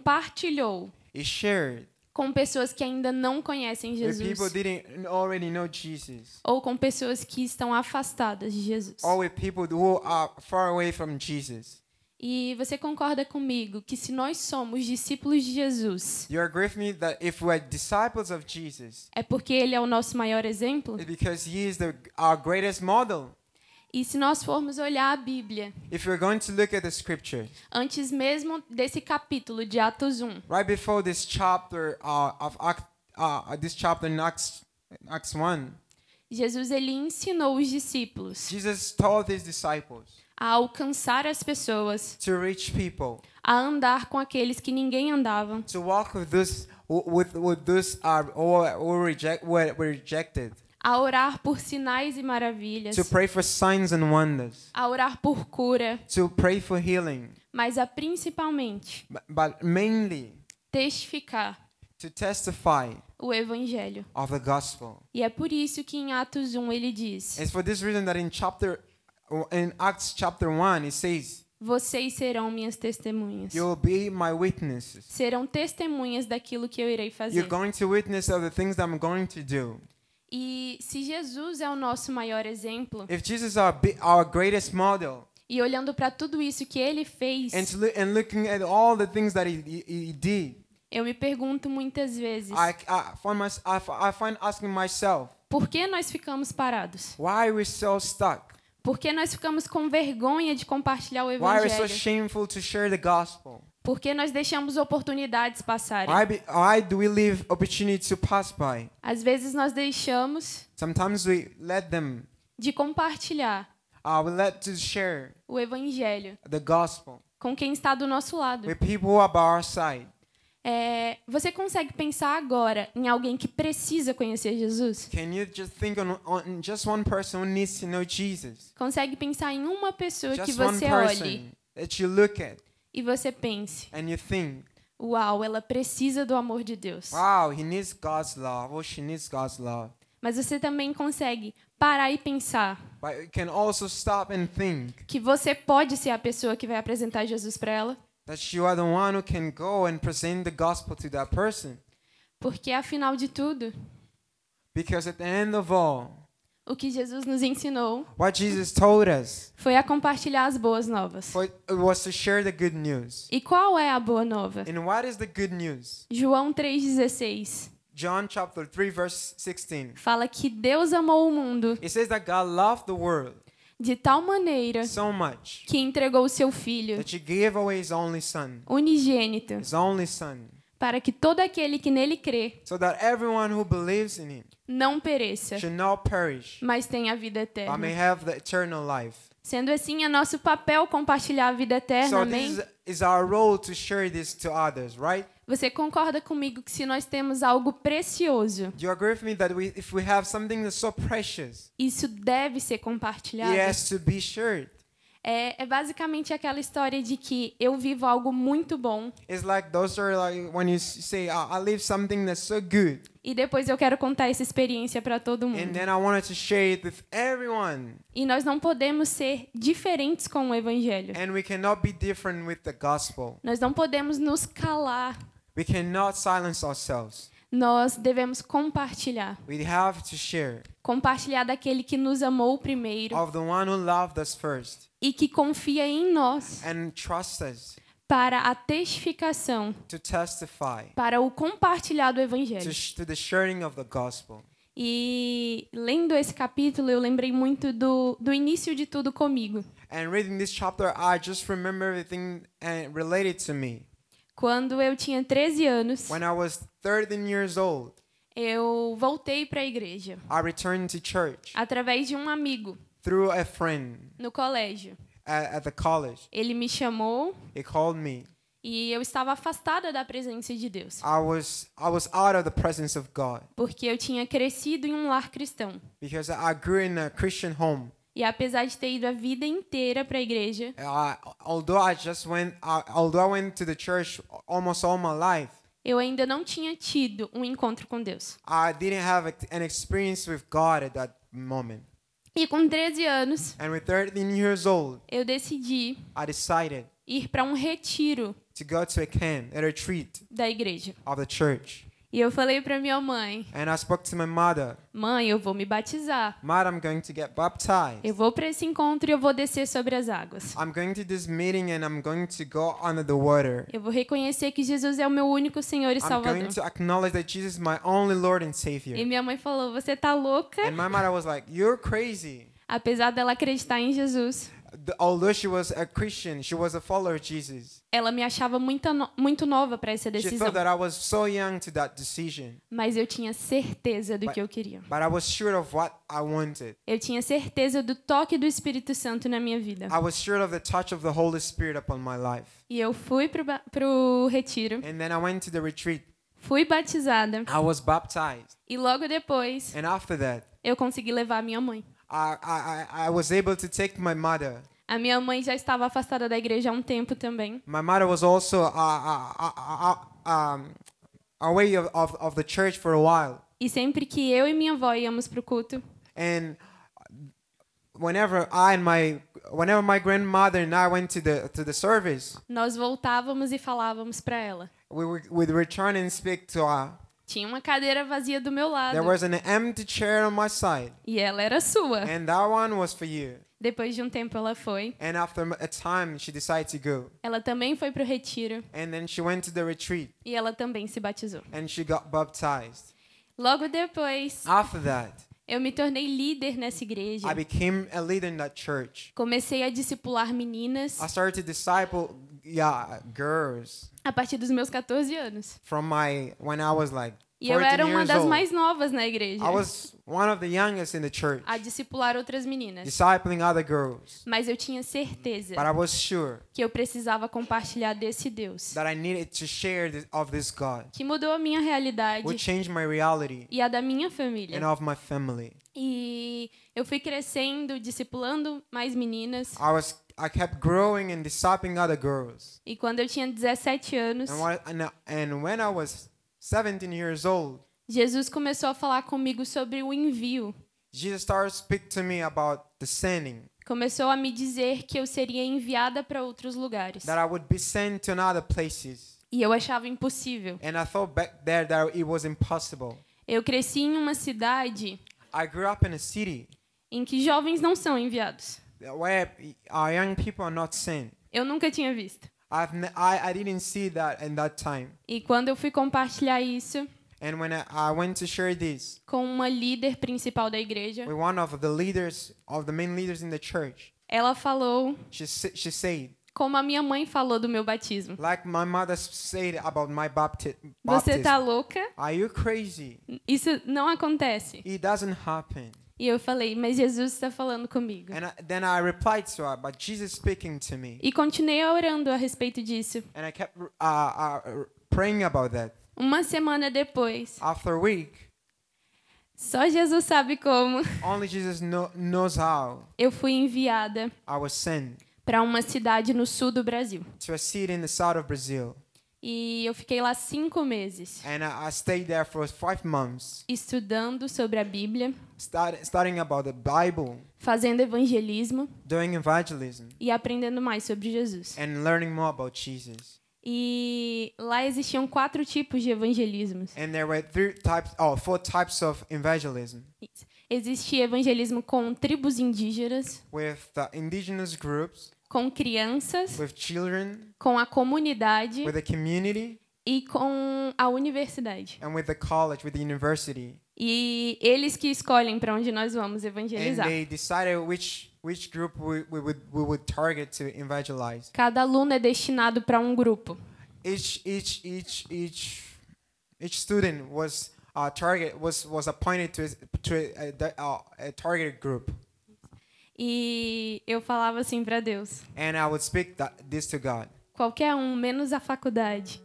S3: compartilhou
S2: he shared
S3: com pessoas que ainda não conhecem
S2: with people
S3: Jesus
S2: didn't already know Jesus
S3: ou com pessoas que estão afastadas de Jesus.
S2: or with people who are far away from Jesus.
S3: E você concorda comigo que se nós somos discípulos de Jesus,
S2: You agree with me that if we're disciples of Jesus,
S3: é porque ele é o nosso maior exemplo?
S2: it's because he is the, our greatest model.
S3: E se nós formos olhar a Bíblia,
S2: If we're going to look at the scripture,
S3: antes mesmo desse capítulo de Atos 1,
S2: right before this chapter uh, of Act, uh, this chapter in Acts, Acts 1,
S3: Jesus ele ensinou os discípulos
S2: Jesus told his disciples
S3: a alcançar as pessoas,
S2: to reach people,
S3: a andar com aqueles que ninguém andava,
S2: to walk with those with with those uh, are or, or reject were, were rejected,
S3: a orar por sinais e maravilhas,
S2: to pray for signs and wonders,
S3: a orar por cura,
S2: to pray for healing,
S3: mas a principalmente
S2: but, but mainly
S3: testificar
S2: to testify
S3: o evangelho.
S2: of the gospel.
S3: E é por isso que em Atos 1 ele diz:
S2: It's for this reason that in chapter in Acts chapter 1 it says,
S3: Vocês serão minhas testemunhas.
S2: "You will be my witnesses."
S3: Serão testemunhas daquilo que eu irei fazer.
S2: You're going to witness of the things that I'm going to do.
S3: E se Jesus é o nosso maior exemplo,
S2: If Jesus is our bi- our greatest model,
S3: e olhando para tudo isso que ele fez,
S2: and to loo- and looking at all the things that he, he, he did,
S3: eu me pergunto muitas vezes:
S2: I, I find mys- I, fi- I find asking myself,
S3: por que nós ficamos parados?
S2: why are we so stuck?
S3: Por que nós ficamos com vergonha de compartilhar o
S2: Why are we so
S3: evangelho?
S2: shameful to share the gospel?
S3: Por que nós deixamos oportunidades passarem?
S2: Why, be, why do we leave opportunities to pass by?
S3: Às vezes nós deixamos
S2: Sometimes we let them,
S3: de compartilhar
S2: uh, we let to share
S3: o evangelho
S2: the gospel
S3: com quem está do nosso lado.
S2: with people who are by our side.
S3: É, você consegue pensar agora em alguém que precisa conhecer Jesus?
S2: Can you just think on, on just one person who needs to know Jesus?
S3: Consegue pensar em uma pessoa que
S2: Just one
S3: você olhe
S2: person that you look at
S3: e você pense:
S2: and you think,
S3: Uau, ela precisa do amor de Deus.
S2: wow, he needs God's love or she needs God's love.
S3: Mas você também consegue parar e pensar
S2: But you can also stop and think
S3: que você pode ser a pessoa que vai apresentar Jesus para ela?
S2: that you are the one who can go and present the gospel to that person.
S3: Porque afinal de tudo,
S2: Because at the end of all,
S3: o que Jesus nos ensinou
S2: what Jesus told us
S3: foi a compartilhar as boas novas.
S2: for- was to share the good news.
S3: E qual é a boa nova?
S2: And what is the good news?
S3: João 3,16
S2: John chapter 3 verse 16.
S3: fala que Deus amou o mundo
S2: It says that God loved the world
S3: de tal maneira
S2: so much
S3: que entregou o seu filho
S2: that he gave away his only son,
S3: unigênito
S2: his only son,
S3: para que todo aquele que nele crê
S2: so that everyone who believes in him
S3: não pereça,
S2: should not perish,
S3: mas tenha a vida
S2: but may
S3: eterna.
S2: have the eternal life.
S3: Sendo assim, é nosso papel compartilhar a vida eterna,
S2: So
S3: amém?
S2: this is, is our role to share this to others, right?
S3: Você concorda comigo que se nós temos algo precioso,
S2: Do you agree with me that we, if we have something that's so precious,
S3: isso deve ser compartilhado?
S2: it has to be shared?
S3: É, é basicamente aquela história de que eu vivo algo muito bom
S2: It's like those are like when you s- say, "I I live something that's so good,"
S3: e depois eu quero contar essa experiência para todo
S2: and
S3: mundo.
S2: then I wanted to share it with everyone.
S3: E nós não podemos ser diferentes com o evangelho.
S2: And we cannot be different with the gospel.
S3: Nós não podemos nos calar.
S2: We cannot silence ourselves.
S3: Nós devemos compartilhar.
S2: We have to share
S3: Compartilhar daquele que nos amou primeiro
S2: of the one who loved us first
S3: e que confia em nós
S2: and trusts us
S3: para a testificação,
S2: to testify
S3: para o compartilhar do
S2: to,
S3: evangelho.
S2: sh- to the sharing of the gospel.
S3: E lendo esse capítulo, eu lembrei muito do, do início de tudo comigo.
S2: And reading this chapter, I just remember everything and related to me.
S3: Quando eu tinha 13 anos,
S2: When I was 13 years old,
S3: eu voltei para a igreja
S2: I returned to church
S3: através de um amigo
S2: through a friend
S3: no colégio.
S2: at, at the college.
S3: Ele me chamou
S2: He called me.
S3: e eu estava afastada da presença de Deus,
S2: I was I was out of the presence of God
S3: porque eu tinha crescido em um lar cristão.
S2: because I grew in a Christian home.
S3: E apesar de ter ido a vida inteira para a igreja,
S2: I, although I just went, I, although I went to the church almost all my life,
S3: eu ainda não tinha tido um encontro com Deus.
S2: I didn't have a, an experience with God at that moment.
S3: E com 13 anos,
S2: And with 13 years old,
S3: eu decidi
S2: I decided
S3: ir para um retiro
S2: to go to a camp, a retreat
S3: da igreja.
S2: of the church.
S3: E eu falei para minha mãe:
S2: And I spoke to my mother,
S3: Mãe, eu vou me batizar.
S2: Mother, I'm going to get baptized.
S3: Eu vou para esse encontro e eu vou descer sobre as águas.
S2: I'm going to this meeting and I'm going to go under the water.
S3: Eu vou reconhecer que Jesus é o meu único Senhor e
S2: I'm going
S3: Salvador.
S2: to acknowledge that Jesus is my only Lord and
S3: E
S2: Savior.
S3: minha mãe falou: Você tá louca?
S2: And my mother was like, You're crazy.
S3: Apesar dela acreditar em Jesus,
S2: Th- Although she was a Christian, she was a follower of Jesus.
S3: ela me achava muito, no- muito nova para essa
S2: She
S3: decisão.
S2: thought that I was so young to that decision,
S3: Mas eu tinha certeza do
S2: But-
S3: que eu queria.
S2: but I was sure of what I wanted.
S3: Eu tinha certeza do toque do Espírito Santo na minha vida.
S2: I was sure of the touch of the Holy Spirit upon my life.
S3: E eu fui pro, ba- pro retiro,
S2: And then I went to the retreat.
S3: fui batizada
S2: I was baptized.
S3: e logo depois
S2: And after that,
S3: eu consegui levar a minha mãe.
S2: I, I, I- I was able to take my mother.
S3: A minha mãe já estava afastada da igreja há um tempo também.
S2: My mother was also uh, uh, uh, uh, uh, um, away of, of, of the church for a while.
S3: E sempre que eu e minha avó íamos pro culto,
S2: And whenever I and my whenever my grandmother and I went to the to the service,
S3: nós voltávamos e falávamos para ela.
S2: we would we'd return and speak to her.
S3: Tinha uma cadeira vazia do meu lado
S2: There was an empty chair on my side,
S3: e ela era sua.
S2: and that one was for you.
S3: Depois de um tempo ela foi.
S2: And after a time, she decided to go.
S3: Ela também foi pro retiro
S2: And then she went to the retreat
S3: e ela também se batizou.
S2: and she got baptized.
S3: Logo depois,
S2: After that,
S3: eu me tornei líder nessa igreja.
S2: I became a leader in that church.
S3: Comecei a discipular meninas
S2: I started to disciple yeah, girls
S3: a partir dos meus 14 anos.
S2: from my when I was like
S3: E
S2: 14
S3: eu era uma
S2: years
S3: das
S2: old.
S3: mais novas na igreja
S2: I was one of the youngest in the church,
S3: a discipular outras meninas.
S2: discipling other girls.
S3: Mas eu tinha certeza
S2: But I was sure
S3: que eu precisava compartilhar desse Deus,
S2: that I needed to share this, of this God,
S3: que mudou a minha
S2: which
S3: realidade
S2: changed my reality
S3: e a da minha
S2: and
S3: família.
S2: of my family.
S3: E eu fui crescendo, discipulando mais meninas.
S2: I was I kept growing and discipling other girls.
S3: E quando eu tinha 17 anos,
S2: And, what, and, and when I was 17 years old,
S3: Jesus começou a falar comigo sobre o envio.
S2: Jesus started speaking to me about the sending,
S3: Começou a me dizer que eu seria enviada para outros lugares.
S2: that I would be sent to other places.
S3: E eu achava impossível.
S2: And I thought back there that it was impossible.
S3: Eu cresci em uma cidade
S2: I grew up in a city
S3: em que jovens não são enviados.
S2: where our young people are not sent.
S3: Eu nunca tinha visto.
S2: I've n- I, I didn't see that in that time.
S3: E quando eu fui compartilhar isso
S2: And when I, I went to share this
S3: com uma líder principal da igreja,
S2: with one of the leaders, of the main leaders in the church,
S3: ela falou
S2: she, sa- she said,
S3: como a minha mãe falou do meu batismo.
S2: like my mother s- said about my bapti-
S3: Você
S2: baptism,
S3: tá louca?
S2: are you crazy?
S3: Isso não acontece.
S2: It doesn't happen.
S3: E eu falei, mas Jesus está falando comigo.
S2: And I, then I replied to her, but Jesus speaking to me.
S3: E continuei orando a respeito disso.
S2: And I kept uh, uh, praying about that.
S3: Uma semana depois,
S2: After a week,
S3: só Jesus sabe como,
S2: only Jesus kno- knows how
S3: eu fui enviada
S2: I was sent
S3: para uma cidade no sul do Brasil.
S2: to a city in the south of Brazil.
S3: E eu fiquei lá cinco meses,
S2: And I, I stayed there for five months,
S3: estudando sobre a Bíblia,
S2: start, studying about the Bible,
S3: fazendo evangelismo
S2: doing evangelism,
S3: e aprendendo mais sobre Jesus.
S2: and learning more about Jesus.
S3: E lá existiam quatro tipos de evangelismos.
S2: And there were three types, oh, four types of evangelism
S3: Existia evangelismo com tribos indígenas,
S2: with the indigenous groups,
S3: com crianças,
S2: with children,
S3: com a comunidade
S2: with the community,
S3: e com a universidade.
S2: and with the college, with the university.
S3: E eles que escolhem para onde nós vamos
S2: And
S3: evangelizar.
S2: they decided which which group we, we would we would target to evangelize.
S3: Cada aluno é destinado para um grupo.
S2: Each each each each each student was uh, target was was appointed to to a, a, a, a targeted group.
S3: E eu falava assim para Deus:
S2: And I would speak that, this to God.
S3: qualquer um, menos a faculdade.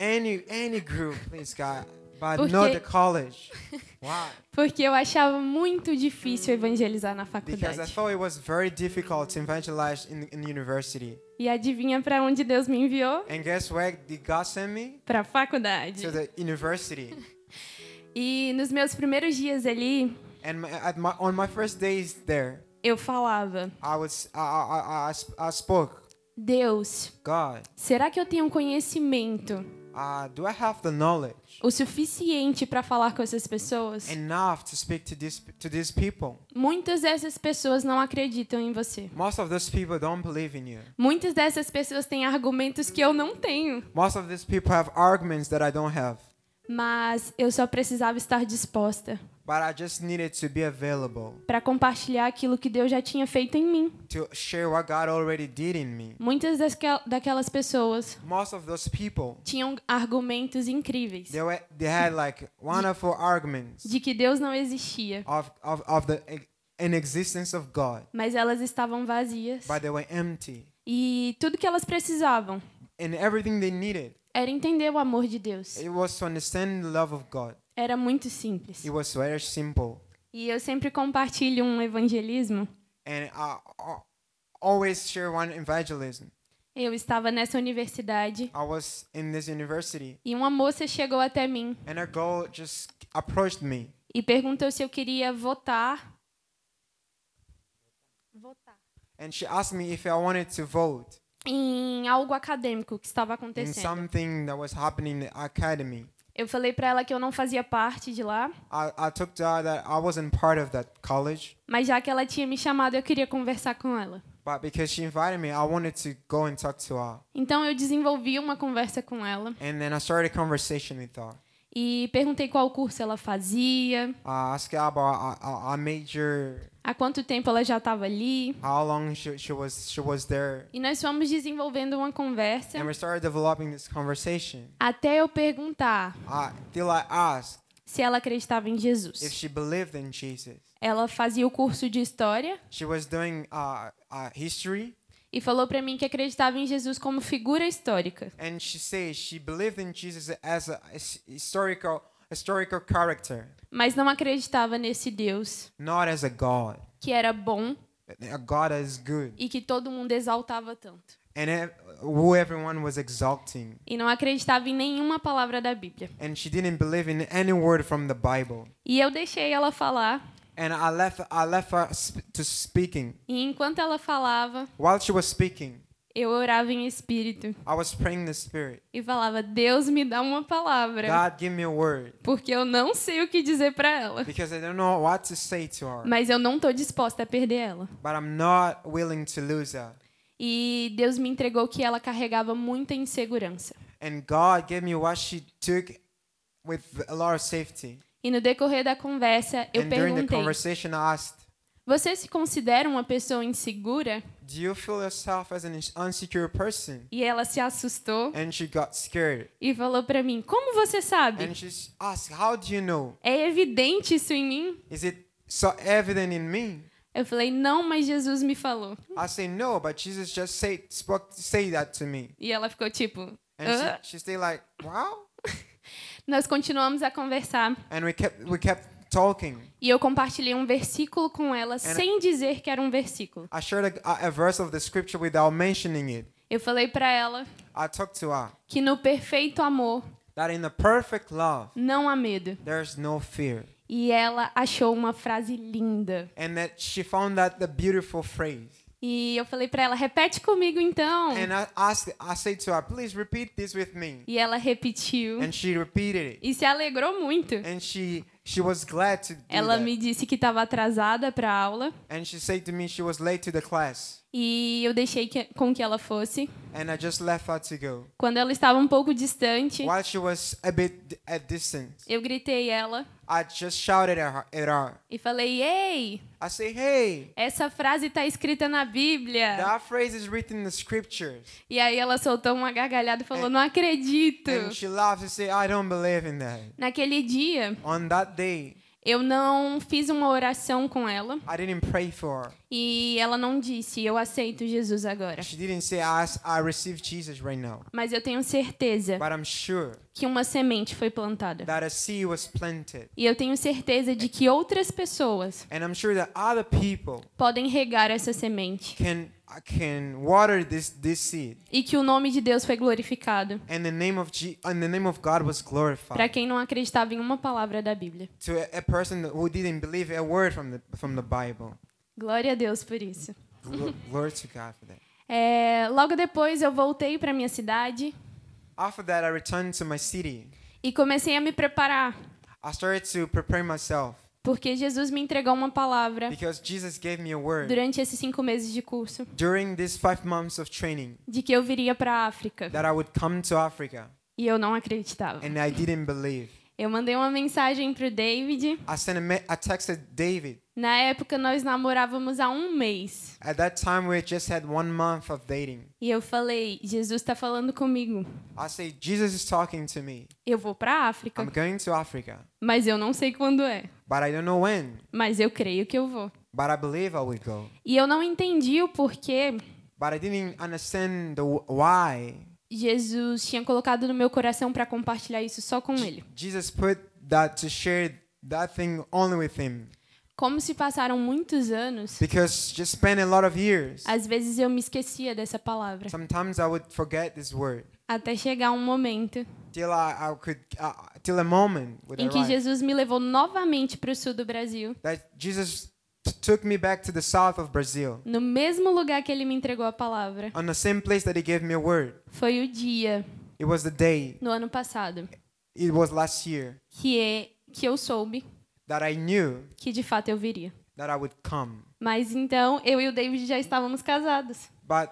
S2: Any any group, please God, but
S3: Porque-
S2: not the college. Why?
S3: Porque eu achava muito difícil evangelizar na
S2: Because I
S3: faculdade.
S2: thought it was very difficult to evangelize in, in university.
S3: E adivinha para onde Deus me enviou?
S2: And guess where did God send me?
S3: Para faculdade.
S2: To the university.
S3: E nos meus primeiros dias ali,
S2: And my, at my, on my first days there,
S3: eu falava:
S2: I was I, I, I- I, sp- I spoke
S3: Deus,
S2: God.
S3: será que eu tenho conhecimento
S2: I- uh, do I have the knowledge
S3: o suficiente para falar com essas pessoas?
S2: enough to speak to these to these people?
S3: Muitas dessas pessoas não acreditam em você.
S2: Most of those people don't believe in you.
S3: Muitas dessas pessoas têm argumentos que eu não tenho,
S2: Most of these people have arguments that I don't have,
S3: mas eu só precisava estar disposta
S2: but I just needed to be available
S3: para compartilhar aquilo que Deus já tinha feito em mim.
S2: to share what God already did in me.
S3: Muitas dasquel- daquelas pessoas
S2: Most of those people
S3: tinham argumentos incríveis
S2: they were they had like wonderful arguments
S3: de que Deus não existia,
S2: of of of the e, an existence of God,
S3: mas elas estavam vazias
S2: but they were empty.
S3: e tudo que elas precisavam
S2: And everything they needed
S3: era entender o amor de Deus.
S2: it was to understand the love of God.
S3: Era muito simples.
S2: It was very simple,
S3: E eu sempre compartilho um evangelismo.
S2: and I I always share one evangelism.
S3: Eu estava nessa universidade
S2: I was in this university,
S3: e uma moça chegou até mim
S2: and a girl just approached me
S3: e perguntou se eu queria votar. Votar.
S2: and she asked me if I wanted to vote
S3: Em algo acadêmico que estava
S2: in
S3: acontecendo.
S2: something that was happening in the academy.
S3: Eu falei para ela que eu não fazia parte de lá,
S2: I, I took to her that I wasn't part of that college,
S3: mas já que ela tinha me chamado, eu queria conversar com ela.
S2: but because she invited me, I wanted to go and talk to her.
S3: Então eu desenvolvi uma conversa com ela
S2: And then I started a conversation with her.
S3: e perguntei qual curso ela fazia,
S2: I asked her about our, our major,
S3: há quanto tempo ela já estava ali.
S2: how long she, she was she was there,
S3: E nós fomos desenvolvendo uma conversa
S2: and we started developing this conversation.
S3: até eu perguntar
S2: I, uh, till I asked
S3: se ela acreditava em
S2: if
S3: Jesus.
S2: she believed in Jesus.
S3: Ela fazia o curso de história
S2: She was doing uh, uh, history,
S3: e falou para mim que acreditava em Jesus como figura histórica.
S2: and she says she believed in Jesus as a his- historical historical character,
S3: mas não acreditava nesse Deus
S2: not as a God,
S3: que era bom
S2: a God that is good,
S3: e que todo mundo exaltava tanto.
S2: and ev- who everyone was exalting.
S3: E não acreditava em nenhuma palavra da Bíblia.
S2: And she didn't believe in any word from the Bible.
S3: E eu deixei ela falar,
S2: And I left I left her sp- to speaking.
S3: e enquanto ela falava,
S2: While she was speaking,
S3: eu orava em espírito
S2: I was praying in the Spirit.
S3: e falava: Deus me dá uma palavra,
S2: God, give me a word
S3: porque eu não sei o que dizer para ela,
S2: because I don't know what to say to her.
S3: mas eu não tô disposta a perder ela.
S2: but I'm not willing to lose her.
S3: E Deus me entregou que ela carregava muita insegurança.
S2: And God gave me what she took with a lot of safety.
S3: E no decorrer da conversa, eu
S2: and during the
S3: perguntei:
S2: conversation, I asked,
S3: Você se considera uma pessoa insegura?
S2: Do you feel yourself as an ins- insecure person?
S3: E ela se assustou
S2: And she got scared.
S3: e falou pra mim: Como você sabe?
S2: And she s- asked, How do you know?
S3: É evidente isso em mim?
S2: Is it so evident in me?
S3: Eu falei: Não, mas Jesus me falou.
S2: I say, No, but Jesus just say, spoke, say that to me.
S3: E ela ficou tipo:
S2: And
S3: "Hã?"
S2: she, she stayed like, Wow.
S3: Nós continuamos a conversar
S2: And we kept, we kept talking.
S3: e eu compartilhei um versículo com ela sem dizer que era um versículo.
S2: I shared a, a- a verse of the scripture without mentioning it.
S3: Eu falei pra ela
S2: I talked to her
S3: que no perfeito amor
S2: that in the perfect love,
S3: não há medo.
S2: there's no fear.
S3: E ela achou uma frase linda.
S2: And that she found that the beautiful phrase.
S3: E eu falei pra ela: Repete comigo então.
S2: And I asked, I said to her, please repeat this with me.
S3: E ela repetiu
S2: And she repeated it.
S3: e se alegrou muito.
S2: And she she was glad to do
S3: Ela
S2: that.
S3: me disse que estava atrasada para a aula
S2: And she said to me she was late to the class.
S3: e eu deixei que, com que ela fosse.
S2: And I just left her to go.
S3: Quando ela estava um pouco distante,
S2: While she was a bit d- at distance,
S3: eu gritei ela
S2: I just shouted at her. At her.
S3: e falei: "Ei,
S2: I say, hey,
S3: essa frase está escrita na Bíblia".
S2: that phrase is written in the scriptures.
S3: E aí ela soltou uma gargalhada e falou: "Não acredito".
S2: And she laughed and said, I don't believe in that.
S3: Naquele dia,
S2: On that day,
S3: eu não fiz uma oração com ela
S2: I didn't pray for her.
S3: e ela não disse: "Eu aceito Jesus agora".
S2: She didn't say, I, s- I receive Jesus right now.
S3: Mas eu tenho certeza
S2: But I'm sure
S3: que uma semente foi plantada.
S2: that a seed was planted.
S3: E eu tenho certeza de que outras pessoas
S2: And I'm sure that other people
S3: podem regar essa semente.
S2: can uh, can water this this seed.
S3: e que o nome de Deus foi glorificado
S2: And the name of G- and the name of God was
S3: para
S2: glorified
S3: quem não acreditava em uma palavra da Bíblia.
S2: to a, a person who didn't believe a word from the from the Bible.
S3: Glória a Deus por isso.
S2: Glo- Glory to God for that.
S3: É, logo depois eu voltei para minha cidade
S2: After that, I returned to my city.
S3: e comecei a me preparar,
S2: I started to prepare myself
S3: porque Jesus me entregou uma palavra
S2: because Jesus gave me a word
S3: durante esses cinco meses de curso
S2: during these five months of training
S3: de que eu viria para a África
S2: that I would come to Africa,
S3: e eu não acreditava.
S2: and I didn't believe.
S3: Eu mandei uma mensagem pro David.
S2: I sent a, me- I texted David.
S3: Na época nós namorávamos há um mês
S2: At that time, we just had one month of dating.
S3: e eu falei: Jesus está falando comigo.
S2: I say, Jesus is talking to me.
S3: Eu vou para a
S2: I'm
S3: África,
S2: going to Africa,
S3: mas eu não sei quando é.
S2: but I don't know when.
S3: Mas eu creio que eu vou.
S2: But I believe I will go.
S3: E eu não entendi o porquê
S2: But I didn't understand the wh- why.
S3: Jesus tinha colocado no meu coração para compartilhar isso só com ele.
S2: Jesus put that to share that thing only with him.
S3: Como se passaram muitos anos,
S2: Because just spent a lot of years.
S3: às vezes eu me esquecia dessa palavra.
S2: Sometimes I would forget this word
S3: Até chegar um momento
S2: till I, I could uh, till a moment would
S3: em que
S2: arrive
S3: Jesus me levou novamente para o sul do Brasil,
S2: that Jesus t- took me back to the south of Brazil
S3: no mesmo lugar que ele me entregou a palavra.
S2: on the same place that he gave me a word.
S3: Foi o dia,
S2: It was the day.
S3: no ano passado,
S2: It was last year
S3: que é que eu soube
S2: that I knew
S3: que de fato eu viria.
S2: that I would come.
S3: Mas então eu e o David já estávamos casados
S2: But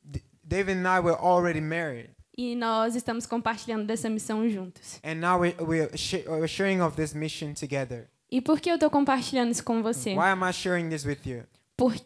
S2: D- David and I were already married,
S3: e nós estamos compartilhando dessa missão juntos.
S2: and now we, we're, sh- we're sharing of this mission together.
S3: E por que eu estou compartilhando isso com você?
S2: Why am I sharing this with you?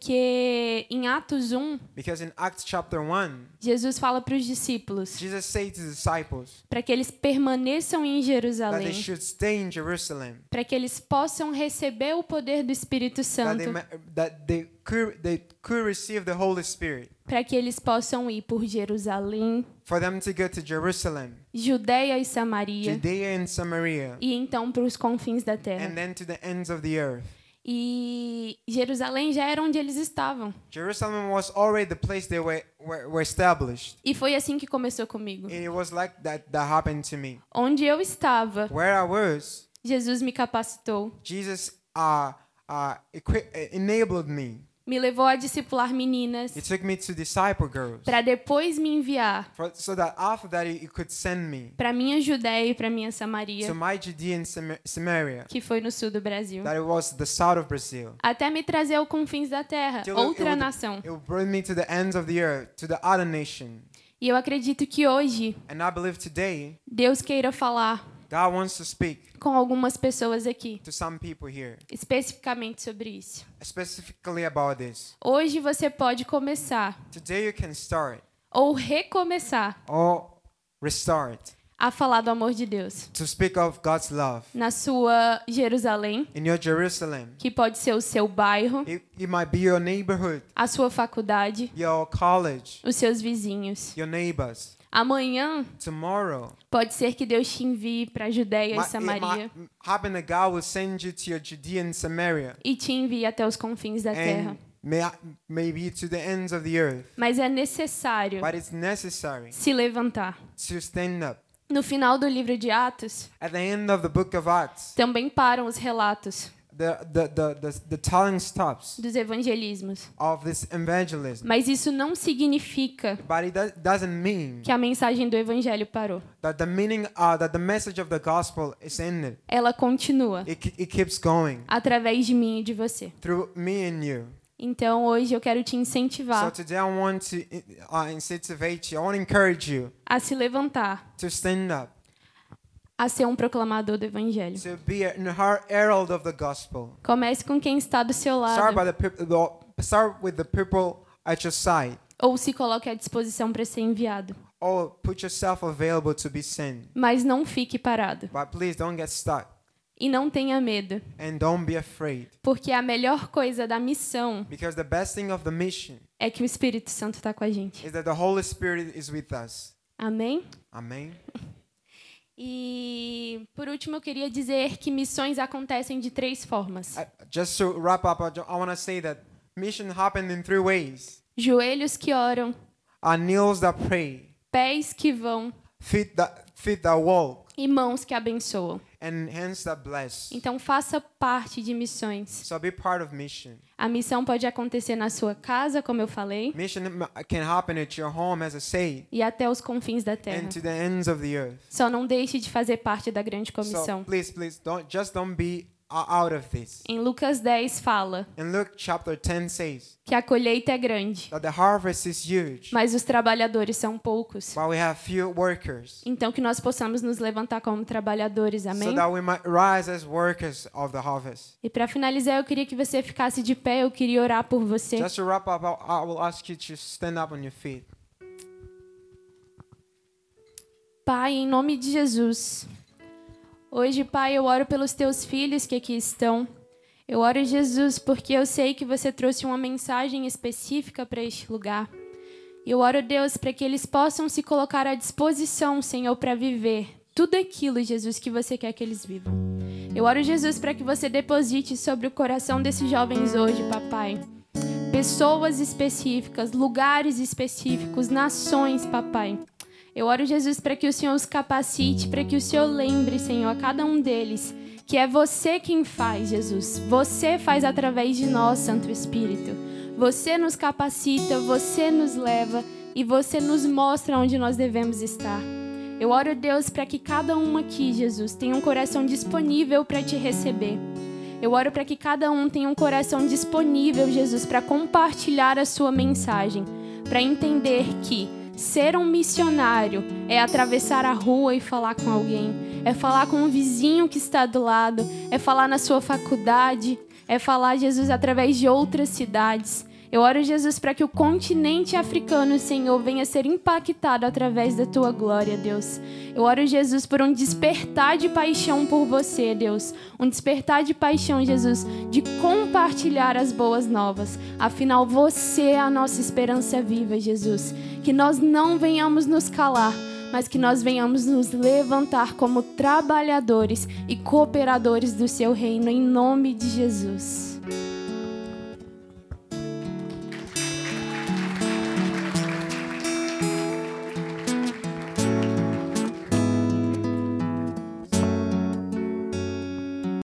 S3: Porque em Atos 1,
S2: Because in Acts chapter one,
S3: Jesus fala para os discípulos
S2: Jesus said to the disciples
S3: para que eles permaneçam em
S2: that they
S3: Jerusalém,
S2: should stay in Jerusalem,
S3: para que eles possam receber o poder do Espírito
S2: that they
S3: Santo,
S2: ma- that they could they could receive the Holy Spirit,
S3: para que eles possam ir por Jerusalém,
S2: for them to go to Jerusalem,
S3: Judeia e Samaria
S2: Judea and Samaria,
S3: e então para os confins da terra.
S2: and then to the ends of the earth.
S3: E Jerusalém já era onde eles estavam.
S2: Jerusalem was already the place they were, were, were established.
S3: E foi assim que começou comigo.
S2: It was like that that happened to me.
S3: Onde eu estava,
S2: Where I was,
S3: Jesus me capacitou,
S2: Jesus uh, uh, equi- uh, enabled me.
S3: me levou a discipular meninas,
S2: He took me to disciple girls,
S3: para depois me enviar
S2: for, so that after that he, he could send me
S3: para minha Judéia e para minha
S2: to
S3: Samaria,
S2: my Judea and Samar- Samaria,
S3: que foi no sul do Brasil,
S2: that it was the south of Brazil.
S3: até me trazer ao confins da terra,
S2: Till it- it
S3: outra
S2: would-
S3: nação.
S2: It would bring me to the ends of the earth, to the other nation.
S3: E eu acredito que hoje
S2: And I believe today
S3: Deus queira falar
S2: God wants to speak
S3: com algumas pessoas aqui,
S2: to some people here,
S3: especificamente sobre isso.
S2: specifically about this.
S3: Hoje você pode começar
S2: Today you can start
S3: ou recomeçar
S2: or restart
S3: a falar do amor de Deus
S2: to speak of God's love
S3: na sua Jerusalém,
S2: in your Jerusalem.
S3: que pode ser o seu bairro,
S2: It, it might be your neighborhood,
S3: a sua faculdade,
S2: your college,
S3: os seus vizinhos.
S2: your neighbors.
S3: Amanhã
S2: Tomorrow,
S3: pode ser que Deus te envie para Judéia e
S2: might- it
S3: Samaria
S2: might happen that God will send you to your Judea and Samaria,
S3: e te envie até os confins da terra.
S2: and may, maybe to the ends of the earth.
S3: Mas é necessário
S2: But it's necessary
S3: se levantar.
S2: to stand up.
S3: No final do livro de Atos,
S2: At the end of the book of Acts,
S3: também param os relatos
S2: the the the the, the telling stops
S3: dos evangelismos.
S2: of this evangelism.
S3: Mas isso não significa
S2: But it do- doesn't mean
S3: que a mensagem do evangelho parou.
S2: that the meaning, uh, that the message of the gospel is ended.
S3: Ela continua
S2: It, ke- it keeps going
S3: através de mim e de você.
S2: through me and you.
S3: Então hoje eu quero te
S2: So
S3: incentivar
S2: today I want to uh, incentivate you, I want to encourage you
S3: a se levantar,
S2: to stand up,
S3: a ser um proclamador do evangelho.
S2: to be an her- herald of the gospel.
S3: Comece com quem está do seu
S2: Start, by the
S3: lado
S2: peop- the, start with the people at your side,
S3: ou se coloque à disposição para ser enviado.
S2: or put yourself available to be sent.
S3: Mas não fique parado
S2: But please don't get stuck
S3: e não tenha medo,
S2: and don't be afraid,
S3: porque a melhor coisa da missão
S2: because the best thing of the mission
S3: é que o Espírito Santo está com a gente.
S2: is that the Holy Spirit is with us.
S3: Amém?
S2: Amém.
S3: E por último, eu queria dizer que missões acontecem de três formas:
S2: I- just to wrap up, I, want to say that mission happened in three ways:
S3: joelhos que oram,
S2: are kneels that pray,
S3: pés que vão
S2: feet that, feet that walk,
S3: e mãos que abençoam.
S2: and hands that bless.
S3: Então faça parte de missões.
S2: So be part of mission.
S3: A missão pode acontecer na sua casa, como eu falei,
S2: Mission m- can happen at your home, as I say,
S3: e até os confins da terra.
S2: and to the ends of the earth.
S3: Só não deixe de fazer parte da grande
S2: So
S3: comissão.
S2: please, please, don't just don't be o- out of this.
S3: Em Lucas 10 fala
S2: And Luke chapter 10 says
S3: que a colheita é grande,
S2: that the harvest is huge,
S3: mas os trabalhadores são poucos.
S2: but we have few workers,
S3: Então que nós possamos nos levantar como trabalhadores,
S2: so
S3: amém?
S2: that we might rise as workers of the harvest.
S3: E para finalizar, eu queria que você ficasse de pé, eu queria orar por você.
S2: Just to wrap up, I- I will ask you to stand up on your feet.
S3: Pai, em nome de Jesus. Hoje, Pai, eu oro pelos teus filhos que aqui estão. Eu oro, Jesus, porque eu sei que você trouxe uma mensagem específica para este lugar. Eu oro, Deus, para que eles possam se colocar à disposição, Senhor, para viver tudo aquilo, Jesus, que você quer que eles vivam. Eu oro, Jesus, para que você deposite sobre o coração desses jovens hoje, papai. Pessoas específicas, lugares específicos, nações, papai. Eu oro, Jesus, para que o Senhor os capacite, para que o Senhor lembre, Senhor, a cada um deles, que é você quem faz, Jesus. Você faz através de nós, Santo Espírito. Você nos capacita, você nos leva e você nos mostra onde nós devemos estar. Eu oro, Deus, para que cada um aqui, Jesus, tenha um coração disponível para te receber. Eu oro para que cada um tenha um coração disponível, Jesus, para compartilhar a sua mensagem, para entender que ser um missionário é atravessar a rua e falar com alguém, é falar com o vizinho que está do lado, é falar na sua faculdade, é falar, Jesus, através de outras cidades. Eu oro, Jesus, para que o continente africano, Senhor, venha ser impactado através da tua glória, Deus. Eu oro, Jesus, por um despertar de paixão por você, Deus. Um despertar de paixão, Jesus, de compartilhar as boas novas. Afinal, você é a nossa esperança viva, Jesus. Que nós não venhamos nos calar, mas que nós venhamos nos levantar como trabalhadores e cooperadores do seu reino, em nome de Jesus.